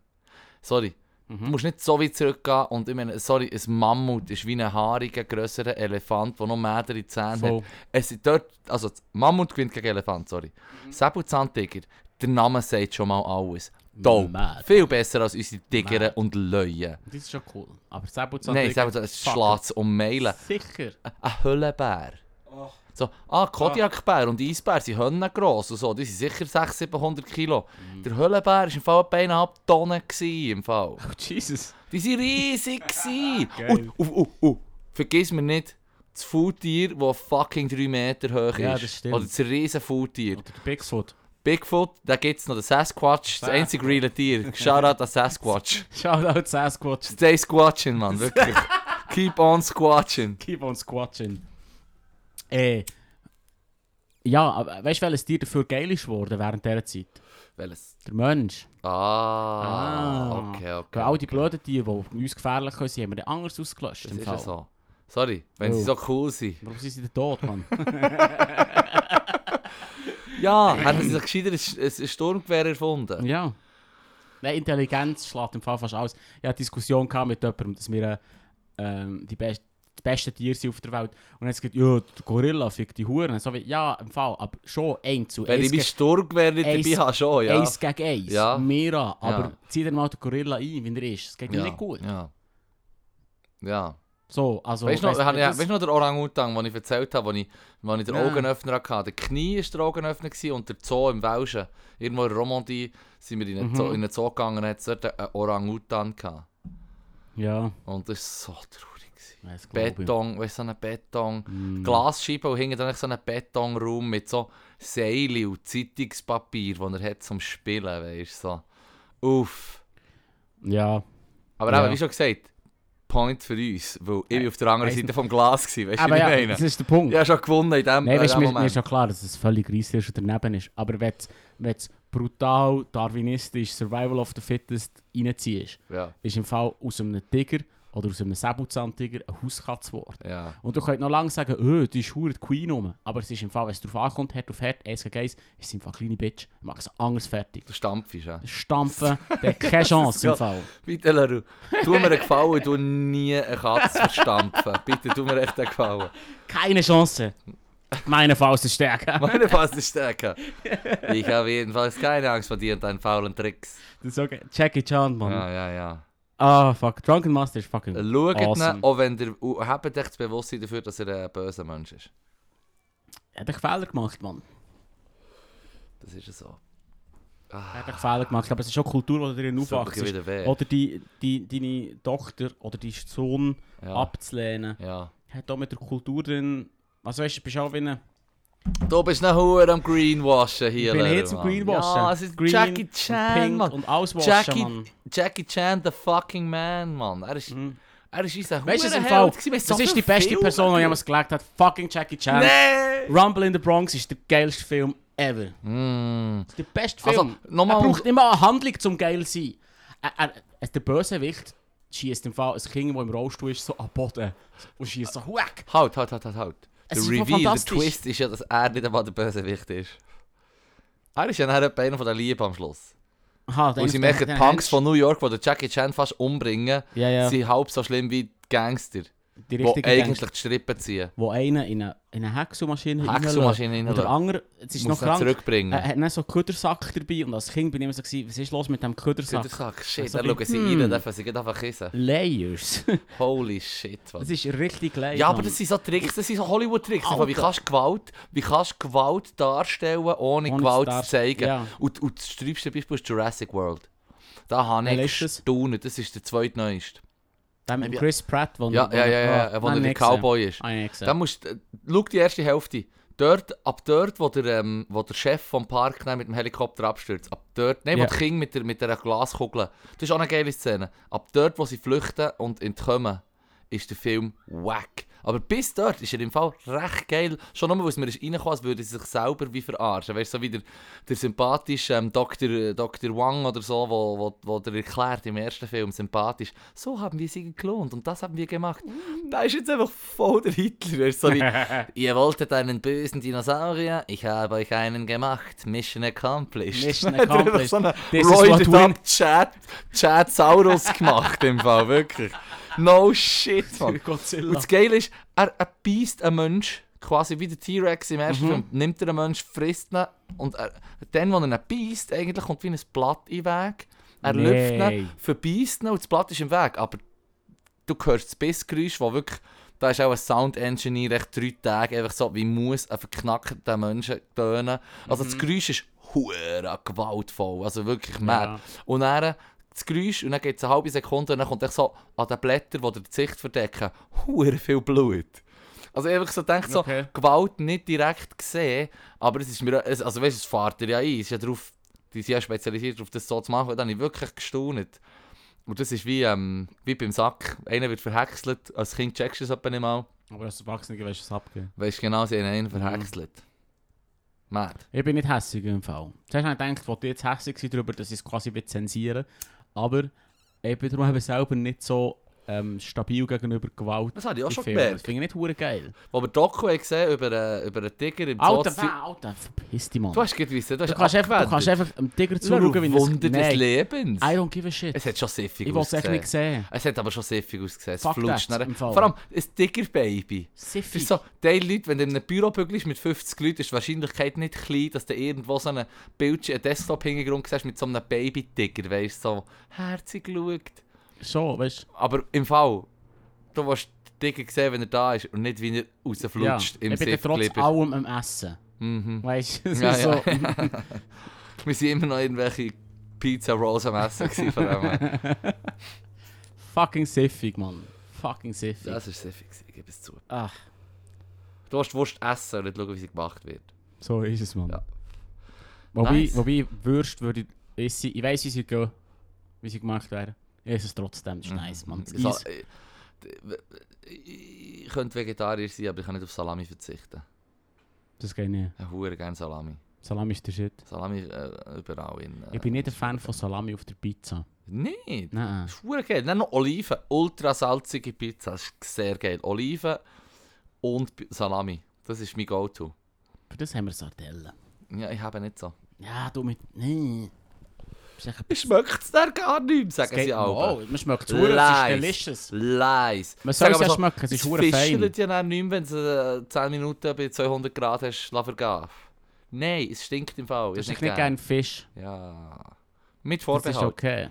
Speaker 1: Sorry,
Speaker 2: Mhm.
Speaker 1: du musst nicht so weit zurückgehen und ich meine, sorry, ein Mammut ist wie ein haariger, grösserer Elefant, der noch mehrere Zähne hat.
Speaker 2: Voll.
Speaker 1: Es sind dort, also das Mammut gewinnt gegen Elefant, sorry.
Speaker 2: Mhm.
Speaker 1: Säbelzahntiger, der Name sagt schon mal alles. Dope.
Speaker 2: Mad.
Speaker 1: Viel besser als unsere Tiger und Löwen.
Speaker 2: Das ist schon cool. Aber Säbelzahntiger...
Speaker 1: Nein, Säbelzahn, es
Speaker 2: Fuck.
Speaker 1: schlägt um Meilen.
Speaker 2: Sicher.
Speaker 1: Ein Höllenbär. So, ah, Kodiakbär und Eisbär sind Hönnen gross und so, die sind sicher 600, 700 Kilo.
Speaker 2: Mhm.
Speaker 1: Der Höllenbär war im Fall etwa 1,5 Tonnen. gewesen, Im Fall.
Speaker 2: Oh, Jesus.
Speaker 1: Die waren riesig. gewesen.
Speaker 2: Geil.
Speaker 1: Und, uh, uh, uh, vergiss mir nicht, das Faultier, das fucking 3 Meter hoch ist.
Speaker 2: Ja, das stimmt.
Speaker 1: Oder das riesen Faultier.
Speaker 2: Oder der Bigfoot.
Speaker 1: Bigfoot, da gibt's noch den Sasquatch, das einzige reale Tier. Shoutout an Sasquatch.
Speaker 2: Shoutout Sasquatch.
Speaker 1: Stay squatching, Mann, wirklich. Keep on squatching.
Speaker 2: Keep on squatching. Äh... Ja, aber weißt du, welches Tier dafür geil ist geworden während dieser Zeit?
Speaker 1: Welches?
Speaker 2: Der Mensch.
Speaker 1: Ah, okay, okay.
Speaker 2: Weil all die blöden Tiere, die uns gefährlich können, sind, haben wir dann anders ausgelöscht.
Speaker 1: Das
Speaker 2: im
Speaker 1: ist ja
Speaker 2: Fall.
Speaker 1: so. Sorry, wenn
Speaker 2: Oh.
Speaker 1: sie so cool sind.
Speaker 2: Warum sind sie denn tot, Mann?
Speaker 1: Ja, hätten sie doch gescheiter ein Sch- ein ein Sturmgewehr erfunden.
Speaker 2: Ja. Nein, Intelligenz schlägt im Fall fast alles. Ich hatte eine Diskussion gehabt mit jemandem, dass wir äh, ähm, die, best die besten Tiere sind auf der Welt. Und jetzt gesagt, ja, der Gorilla fickt die Huren. So wie, ja, im Fall, aber schon ein zu
Speaker 1: Wenn
Speaker 2: eins
Speaker 1: ich mein
Speaker 2: ge-
Speaker 1: Sturmgewehr nicht
Speaker 2: Eis-
Speaker 1: dabei habe, schon, ja.
Speaker 2: eins gegen eins.
Speaker 1: Ja.
Speaker 2: Mehr an. Aber
Speaker 1: Ja.
Speaker 2: zieh dir mal den Gorilla ein, wenn er ist. Es geht ihm
Speaker 1: ja.
Speaker 2: nicht gut.
Speaker 1: Ja. ja.
Speaker 2: So, also...
Speaker 1: Weißt du noch,
Speaker 2: weißt du,
Speaker 1: hab ich-
Speaker 2: das-
Speaker 1: weisst du noch den Orang-Utang, den ich erzählt habe, wo ich, wo ich den
Speaker 2: Nein.
Speaker 1: Augenöffner hatte? Der Knie war der Augenöffner gewesen und der Zoo im Welschen. Irgendwo in Romandie sind wir in einen,
Speaker 2: Mhm.
Speaker 1: Zoo, in einen Zoo gegangen und hatten dort einen Orang-Utang. gehabt.
Speaker 2: Ja,
Speaker 1: Und das war so traurig. gewesen.
Speaker 2: das glaub ich. Mhm.
Speaker 1: Beton, weißt du, so eine Beton, Glasscheibe und hinten dann so einen Betonraum mit so Seilen und Zeitungspapier, das er hat zum Spielen, weißt du, so. Uff.
Speaker 2: Ja.
Speaker 1: Aber
Speaker 2: Ja. Äh,
Speaker 1: eben, wie schon gesagt, Point für uns, weil ich war auf der anderen
Speaker 2: weiss
Speaker 1: Seite vom Glas, gewesen, weißt du,
Speaker 2: Aber
Speaker 1: wie ich
Speaker 2: ja,
Speaker 1: meine?
Speaker 2: das ist der Punkt.
Speaker 1: Ich habe schon gewonnen in dem,
Speaker 2: Nein,
Speaker 1: in
Speaker 2: weißt,
Speaker 1: dem
Speaker 2: du, mir, mir
Speaker 1: Moment.
Speaker 2: ist ja klar, dass es völlig riesig und daneben ist. Aber wenn du- wenn es brutal darwinistisch Survival of the Fittest reinziehst,
Speaker 1: ja,
Speaker 2: ist im Fall aus einem Tiger oder aus einem Säbelzahntiger eine Hauskatze geworden.
Speaker 1: ja.
Speaker 2: Und du könnt noch lange sagen, öh, die ist verdammt die Queen rum. Aber es ist im Fall, wenn es drauf ankommt, Herd auf Herd, 1 gegen 1, ist es im Fall eine kleine Bitch. Mach es anders fertig.
Speaker 1: Der Stampfisch, ja.
Speaker 2: Stampfen, der hat keine Chance im Fall.
Speaker 1: Bitte, Leru, tu mir einen Gefallen, tu nie eine Katze verstampfen. Bitte, tu mir echt einen Gefallen.
Speaker 2: Keine Chance. Meine Faust ist stärker.
Speaker 1: Meine Faust ist stärker. Ich habe jedenfalls keine Angst vor dir und deinen faulen Tricks.
Speaker 2: Das ist okay. Jackie Chan, Mann.
Speaker 1: Ja, Äh, ja, ja.
Speaker 2: Ah, fuck. Drunken Master ist fucking
Speaker 1: Schaut
Speaker 2: awesome.
Speaker 1: ihn, auch wenn ihr, und habt echt das Bewusstsein dafür, dass er eh, ein böser Mensch ist.
Speaker 2: Er hat einen Fehler gemacht, Mann.
Speaker 1: Das ist ja so.
Speaker 2: Er hat einen Fehler gemacht. Aber es ist schon Kultur, die darin
Speaker 1: Das tut mir
Speaker 2: aufwachst.
Speaker 1: wieder weh.
Speaker 2: Oder die, die, deine Tochter oder deinen Sohn
Speaker 1: Ja.
Speaker 2: abzulehnen.
Speaker 1: Ja.
Speaker 2: Hat auch mit der Kultur drin. Also weißt du, bist auch wie ein.
Speaker 1: Du bist noch Huren am Greenwashen hier,
Speaker 2: Ich bin hier
Speaker 1: Leru,
Speaker 2: zum
Speaker 1: Mann.
Speaker 2: Greenwashen.
Speaker 1: Ja, es ist
Speaker 2: Green
Speaker 1: Jackie
Speaker 2: und
Speaker 1: Chan,
Speaker 2: Pink
Speaker 1: Mann.
Speaker 2: Und alles waschen,
Speaker 1: Jackie,
Speaker 2: Mann.
Speaker 1: Jackie Chan, the fucking man, Mann. Er ist,
Speaker 2: Mm.
Speaker 1: er ist unser
Speaker 2: Weißt du, es ist im Fall.
Speaker 1: Hurenheld gewesen. Wir haben
Speaker 2: Das
Speaker 1: so
Speaker 2: ist die
Speaker 1: viel
Speaker 2: beste
Speaker 1: Filme
Speaker 2: Person, die
Speaker 1: geschaut.
Speaker 2: jemals gelegt hat. Fucking Jackie Chan.
Speaker 1: Nee!
Speaker 2: Rumble in the Bronx ist der geilste Film ever.
Speaker 1: Mm.
Speaker 2: Der beste
Speaker 1: Also,
Speaker 2: Film.
Speaker 1: nochmal-
Speaker 2: er braucht immer eine Handlung zum geil sein. Er, er, der Bösewicht schießt im Fall ein Kind, das im Rollstuhl ist, so am Boden und schießt so huck.
Speaker 1: Halt, halt, halt, halt, halt.
Speaker 2: Es
Speaker 1: Der
Speaker 2: ist einfach
Speaker 1: Reveal, der
Speaker 2: fantastisch.
Speaker 1: Twist ist ja, dass er nicht einmal der Bösewicht ist. Er ist ja nachher etwa einer von der Liebe am Schluss.
Speaker 2: Aha,
Speaker 1: Und sie merken, die Punks von New York, die den Jackie Chan fast umbringen,
Speaker 2: Ja, ja,
Speaker 1: sind halb so schlimm wie die Gangster,
Speaker 2: die
Speaker 1: die
Speaker 2: richtigen
Speaker 1: eigentlich
Speaker 2: Gangs,
Speaker 1: die Strippen ziehen.
Speaker 2: Wo einer in eine, in eine Hexomaschine
Speaker 1: Hexenmaschine
Speaker 2: Und der
Speaker 1: hineinlassen.
Speaker 2: andere, es ist
Speaker 1: Muss
Speaker 2: noch
Speaker 1: ihn
Speaker 2: krank,
Speaker 1: zurückbringen.
Speaker 2: er hat dann so einen Küdersack dabei und als Kind bin ich immer so, gewesen, was ist los mit dem Küdersack?
Speaker 1: Küdersack, ah, shit,
Speaker 2: Also
Speaker 1: da
Speaker 2: bin-
Speaker 1: schauen sie
Speaker 2: Hm.
Speaker 1: rein, dann dürfen sie gleich einfach kissen.
Speaker 2: Layers.
Speaker 1: Holy shit, was.
Speaker 2: das ist richtig layers.
Speaker 1: Ja, aber das sind so Tricks, das sind so Hollywood-Tricks. davon, Wie
Speaker 2: Also, Alter.
Speaker 1: kannst du Gewalt, wie kannst du Gewalt darstellen, ohne,
Speaker 2: Ohne
Speaker 1: Gewalt
Speaker 2: zu dar-
Speaker 1: zu zeigen?
Speaker 2: ja.
Speaker 1: Und, und das schreibste Beispiel ist Jurassic World. Da habe ich
Speaker 2: Welches?
Speaker 1: gestaunt, das ist der zweitneueste.
Speaker 2: Der mit Chris Pratt, wo
Speaker 1: Ja,
Speaker 2: wo-
Speaker 1: ja, ja, ja, wo
Speaker 2: Nein,
Speaker 1: er der
Speaker 2: nicht gesehen.
Speaker 1: Cowboy ist.
Speaker 2: Ah, ich nicht
Speaker 1: Dann
Speaker 2: gesehen.
Speaker 1: musst, äh, schau die erste Hälfte. Dort, ab dort, wo der, ähm, wo der Chef vom Park dann mit dem Helikopter abstürzt, ab dort, nein,
Speaker 2: Ja.
Speaker 1: wo das Kind mit der, mit der Glaskugel, das ist auch eine geile Szene. Ab dort, wo sie flüchten und entkommen, ist der Film wack. Aber bis dort ist er im Fall recht geil. Schon nur, weil es mir ist reingekommen, als würde sie sich selber wie verarschen. Weißt du, so wie der, der sympathische ähm, Dr., äh, Dr. Wang oder so, wo, wo, wo der erklärt im ersten Film sympathisch, so haben wir sie geklont und das haben wir gemacht. Da ist jetzt einfach voll der Hitler. Weißt, du, so wie, Ihr wolltet einen bösen Dinosaurier, ich habe euch einen gemacht. Mission accomplished.
Speaker 2: Mission
Speaker 1: Hat er einfach
Speaker 2: accomplished.
Speaker 1: so einen
Speaker 2: This is what
Speaker 1: roided
Speaker 2: win-
Speaker 1: up Chat, Chat Saurus gemacht im Fall, wirklich. No shit, Mann. Und
Speaker 2: Godzilla.
Speaker 1: das Geile ist, er, er beißt einen Mensch, quasi wie der T-Rex im
Speaker 2: Mhm.
Speaker 1: ersten Film, nimmt er einen Mensch, frisst ihn und er, dann, wo er ihn beißt, eigentlich kommt wie ein Blatt in den Weg. Er
Speaker 2: Nee.
Speaker 1: lüpft ihn, verbeißt ihn und das Blatt ist im Weg. Aber du hörst das Bissgeräusch, wo wirklich, da ist auch ein Sound-Engineer echt drei Tage einfach so, wie muss ein verknackerter Mensch tönen. Also
Speaker 2: Mhm.
Speaker 1: das Geräusch ist hure gewaltvoll, also wirklich mad.
Speaker 2: Ja.
Speaker 1: Und dann das Geräusch, und dann geht es eine halbe Sekunde, und dann kommt echt so an den Blättern, die dir die Sicht verdecken, hure viel Blut. Also ich so denkt so,
Speaker 2: Okay.
Speaker 1: Gewalt nicht direkt gesehen, aber es ist mir, es- also weißt du, es fährt dir ja ein, es ist ja drauf, die sind ja spezialisiert darauf, das so zu machen, und dann habe ich wirklich gestaunt. Und das ist wie, ähm, wie beim Sack, einer wird verhäckselt, als Kind checkst du es etwa nicht mal,
Speaker 2: Aber als Erwachsener willst du es abgeben.
Speaker 1: weißt genau, sie haben einen verhäckselt. Mad.
Speaker 2: Ich bin nicht hässig im Fall. Zuerst habe ich gedacht, wo du jetzt hässig sein darüber, dass ich es quasi will zensieren Aber ich bin darum eben selber nicht so ähm, stabil gegenüber Gewalt.
Speaker 1: Das habe ich auch
Speaker 2: in
Speaker 1: schon
Speaker 2: Filmen. Das
Speaker 1: gemerkt.
Speaker 2: finde ich nicht hure geil.
Speaker 1: Wo wir Doku haben gesehen über, äh, über einen Tiger im Zoo,
Speaker 2: Alter,
Speaker 1: das-
Speaker 2: wow, Alter, verpiss dich, Mann.
Speaker 1: Du hast gewissen, du hast
Speaker 2: Du kannst, einfach, du kannst einfach dem Tiger zuschauen, wie er es-
Speaker 1: Wunder des
Speaker 2: Nein,
Speaker 1: Lebens.
Speaker 2: I don't give a shit.
Speaker 1: Es hat schon siffig
Speaker 2: Ich will es echt nicht
Speaker 1: ausgesehen.
Speaker 2: sehen.
Speaker 1: Es hat aber schon siffig ausgesehen. Es
Speaker 2: Fuck
Speaker 1: flutscht.
Speaker 2: that,
Speaker 1: nachher.
Speaker 2: im Fall.
Speaker 1: Vor allem ein dicker Baby. Es
Speaker 2: Siffig.
Speaker 1: ist so, die Leute, wenn du in einem Bürobügel bist mit 50 Leuten, ist die Wahrscheinlichkeit nicht klein, dass du irgendwo so einen Bildschirm, einen Desktop-Hintergrund siehst mit so einem Baby-Tiger, weißt du, so herzig schaut.
Speaker 2: So, weißt du.
Speaker 1: Aber im Fall, du willst den Tiger sehen, wenn er da ist und nicht, wie er
Speaker 2: Ja.
Speaker 1: rausflutscht im
Speaker 2: Ich bin trotz
Speaker 1: Siffkleber.
Speaker 2: allem am Essen.
Speaker 1: Mhm.
Speaker 2: Weißt du, es
Speaker 1: Ja,
Speaker 2: ist
Speaker 1: ja.
Speaker 2: so.
Speaker 1: Wir sind immer noch irgendwelche Pizza Rolls am Essen gewesen von dem her.
Speaker 2: Fucking siffig, Mann. Fucking siffig.
Speaker 1: Das war sehr fix, ich gebe es zu.
Speaker 2: Ach,
Speaker 1: Du hast Wurst essen und nicht schauen, wie sie gemacht wird.
Speaker 2: so ist es, Mann.
Speaker 1: Ja.
Speaker 2: Wobei,
Speaker 1: Nice.
Speaker 2: wobei Würst würde ich essen. Ich weiß, wie sie gehen. Wie sie gemacht werden. Ich esse es trotzdem.
Speaker 1: Mhm.
Speaker 2: Das ist nice, Mann. Das
Speaker 1: Sa-
Speaker 2: Eis.
Speaker 1: äh, d- ich könnte Vegetarier sein, aber ich kann nicht auf Salami verzichten.
Speaker 2: Das geht nicht.
Speaker 1: Ich hure gerne Salami.
Speaker 2: dus eh, Salami ist der Shit.
Speaker 1: Salami äh, überall in... Äh,
Speaker 2: Ich bin nicht ein Fan von Salami auf der Pizza. eh,
Speaker 1: Nicht!
Speaker 2: Nein.
Speaker 1: Das ist hure geil. Dann noch Oliven. Ultra salzige Pizza. Das ist sehr geil. Oliven und Pi- Salami. Das ist mein Go-To.
Speaker 2: Für das haben wir Sardellen.
Speaker 1: Ja, ich habe nicht so.
Speaker 2: Ja, du mit. Nee. Bist echt ein
Speaker 1: Schmeckt es dir gar nicht, sagen sie auch.
Speaker 2: Wow, man schmeckt es hure, es ist delicious.
Speaker 1: Lies. Sag
Speaker 2: Man soll es
Speaker 1: aber
Speaker 2: ja
Speaker 1: so,
Speaker 2: schmecken, es ist hure
Speaker 1: Es
Speaker 2: fein.
Speaker 1: fischelt ja dann nicht mehr, wenn du äh, 10 Minuten bei 200 Grad hast, lass vergehen. Nein, es stinkt im Fall.
Speaker 2: Du hast
Speaker 1: Ich
Speaker 2: nicht gerne Fisch.
Speaker 1: gern. Ja. Mit
Speaker 2: Das ist
Speaker 1: Vorbehalt.
Speaker 2: okay. Ja,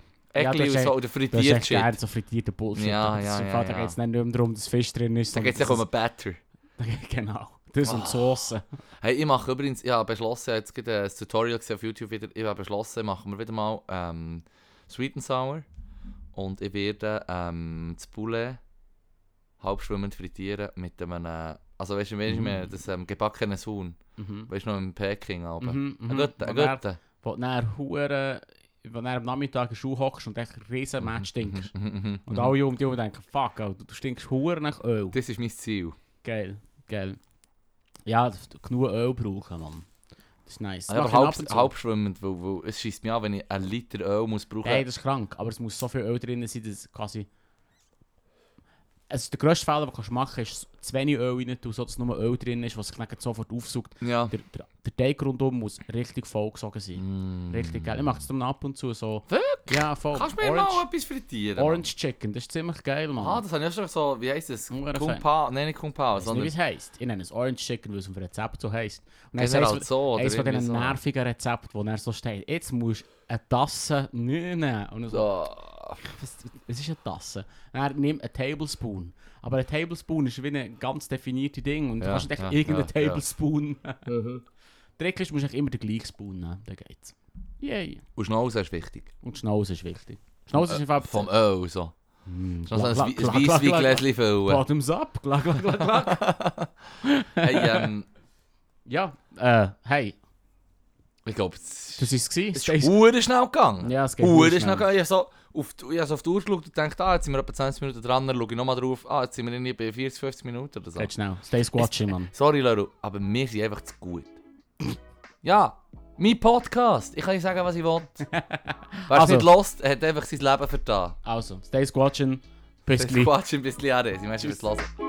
Speaker 1: Eckli
Speaker 2: du hast
Speaker 1: und so,
Speaker 2: echt-
Speaker 1: oder
Speaker 2: Du hast
Speaker 1: frittiert
Speaker 2: echt
Speaker 1: Shit.
Speaker 2: gerne so frittierten Bullshit.
Speaker 1: Ja,
Speaker 2: aber das
Speaker 1: ja,
Speaker 2: ist im
Speaker 1: ja,
Speaker 2: Fall, Da
Speaker 1: ja.
Speaker 2: geht es nicht mehr darum, dass Fisch drin ist.
Speaker 1: Da geht es ja um
Speaker 2: sondern
Speaker 1: ein Batter.
Speaker 2: dass es- Genau.
Speaker 1: Ah.
Speaker 2: Das und Soße.
Speaker 1: Hey, ich mache übrigens, ich habe beschlossen, ich habe jetzt gerade ein eh, Tutorial gesehen auf YouTube wieder, ich habe beschlossen, machen wir wieder mal ähm, Sweet and Sour und ich werde ähm, das Poulet halbschwimmend frittieren mit einem, äh, also weißt du, weißt du,
Speaker 2: Mhm.
Speaker 1: das ähm, gebackene Huhn,
Speaker 2: Mhm.
Speaker 1: weißt du, noch im Peking aber. Mhm.
Speaker 2: Mhm, mhm.
Speaker 1: Ein guter, ein
Speaker 2: Wo dann-
Speaker 1: guter.
Speaker 2: Wo du dann hure- wo du dann am Nachmittag in den Schuh hockst und echt riesen Match stinkst.
Speaker 1: Mhm, mhm,
Speaker 2: Und
Speaker 1: mhm.
Speaker 2: alle um dich herum denken, fuck, Alter, du stinkst hure nach Öl.
Speaker 1: Das ist mein Ziel.
Speaker 2: Geil, geil. Ja, d- d- genug Öl brauchen, Mann. Das ist nice. Das
Speaker 1: Ah, aber
Speaker 2: mach ich ab
Speaker 1: halb,
Speaker 2: und zu.
Speaker 1: halbschwimmend, weil, weil es schießt mich an, wenn ich einen Liter Öl muss brauchen
Speaker 2: Hey, das ist krank, aber es muss so viel Öl drin sein, dass quasi. also der grösste Fehler, den du machen kannst, ist zu wenig Öl rein tun, sodass nur Öl drin ist, was sich dann sofort aufsaugt.
Speaker 1: Ja.
Speaker 2: Der, der, der Teig rundum muss richtig vollgesogen sein. Richtig geil. Ich mache es dann ab und zu so.
Speaker 1: Mm. Wirklich?
Speaker 2: Ja, voll.
Speaker 1: Kannst du mir
Speaker 2: Orange,
Speaker 1: mal etwas frittieren? Mann?
Speaker 2: Orange Chicken, das ist ziemlich geil, Mann.
Speaker 1: Ah, das habe ich schon so, wie heisst es?
Speaker 2: Ungefähr
Speaker 1: Kung
Speaker 2: fein.
Speaker 1: Pao. Nein, nicht Kung Pao,
Speaker 2: Ich weiß nicht, wie
Speaker 1: sondern.
Speaker 2: es heisst. Ich nenne es Orange Chicken, weil es auf dem Rezept so heisst. Und
Speaker 1: Generell
Speaker 2: dann ist eines,
Speaker 1: halt so, oder
Speaker 2: eines von
Speaker 1: irgendwie
Speaker 2: diesen
Speaker 1: so.
Speaker 2: nervigen Rezepten, wo er so steht, jetzt musst du eine Tasse nehmen. Und dann so,
Speaker 1: So.
Speaker 2: was, was ist eine Tasse? Er nimmt einen Tablespoon. Aber ein Tablespoon ist wie ein ganz definierte Ding und du
Speaker 1: Ja,
Speaker 2: kannst nicht
Speaker 1: ja,
Speaker 2: echt irgendeinen
Speaker 1: ja, Mhm. ja.
Speaker 2: Tablespoon nehmen. Dreckig musst du eigentlich immer den gleichen Spoon nehmen, dann geht's. Yay.
Speaker 1: Und Schnauze Oh, ist wichtig.
Speaker 2: Und die Schnauze ist wichtig. Die Schnauze ist einfach...
Speaker 1: Äh, Vom Öl, so.
Speaker 2: Mm,
Speaker 1: Schnauze ein
Speaker 2: klack,
Speaker 1: Wei- ein
Speaker 2: klack, klack, klack,
Speaker 1: Weissweingläschen
Speaker 2: klack.
Speaker 1: füllen.
Speaker 2: Bottoms up. Klack, klack, klack, klack.
Speaker 1: Hey, ähm,
Speaker 2: ja, äh, hey.
Speaker 1: ich glaube, es
Speaker 2: Das war's.
Speaker 1: Es
Speaker 2: gewesen.
Speaker 1: ist Uhr schnell gegangen.
Speaker 2: Ja, es geht
Speaker 1: Uhr
Speaker 2: verdammt
Speaker 1: schnell
Speaker 2: schnell.
Speaker 1: gegangen. Ich habe so auf die, ich hab so auf die Uhr geschaut und gedacht, ah, jetzt sind wir etwa 20 Minuten dran, dann schaue ich nochmal drauf, ah, jetzt sind wir irgendwie bei 40, 50 Minuten oder so.
Speaker 2: Geht schnell. Stay squatching, Mann.
Speaker 1: Sorry, Leru, aber wir sind einfach zu gut. ja, mein Podcast. Ich kann dir sagen, was ich will. Wer es
Speaker 2: Also.
Speaker 1: nicht lost, hat einfach sein Leben vertan.
Speaker 2: Also, stay squatching. Bis
Speaker 1: Das
Speaker 2: gleich.
Speaker 1: Quatsch ein bisschen an. Sie meisten, was hören.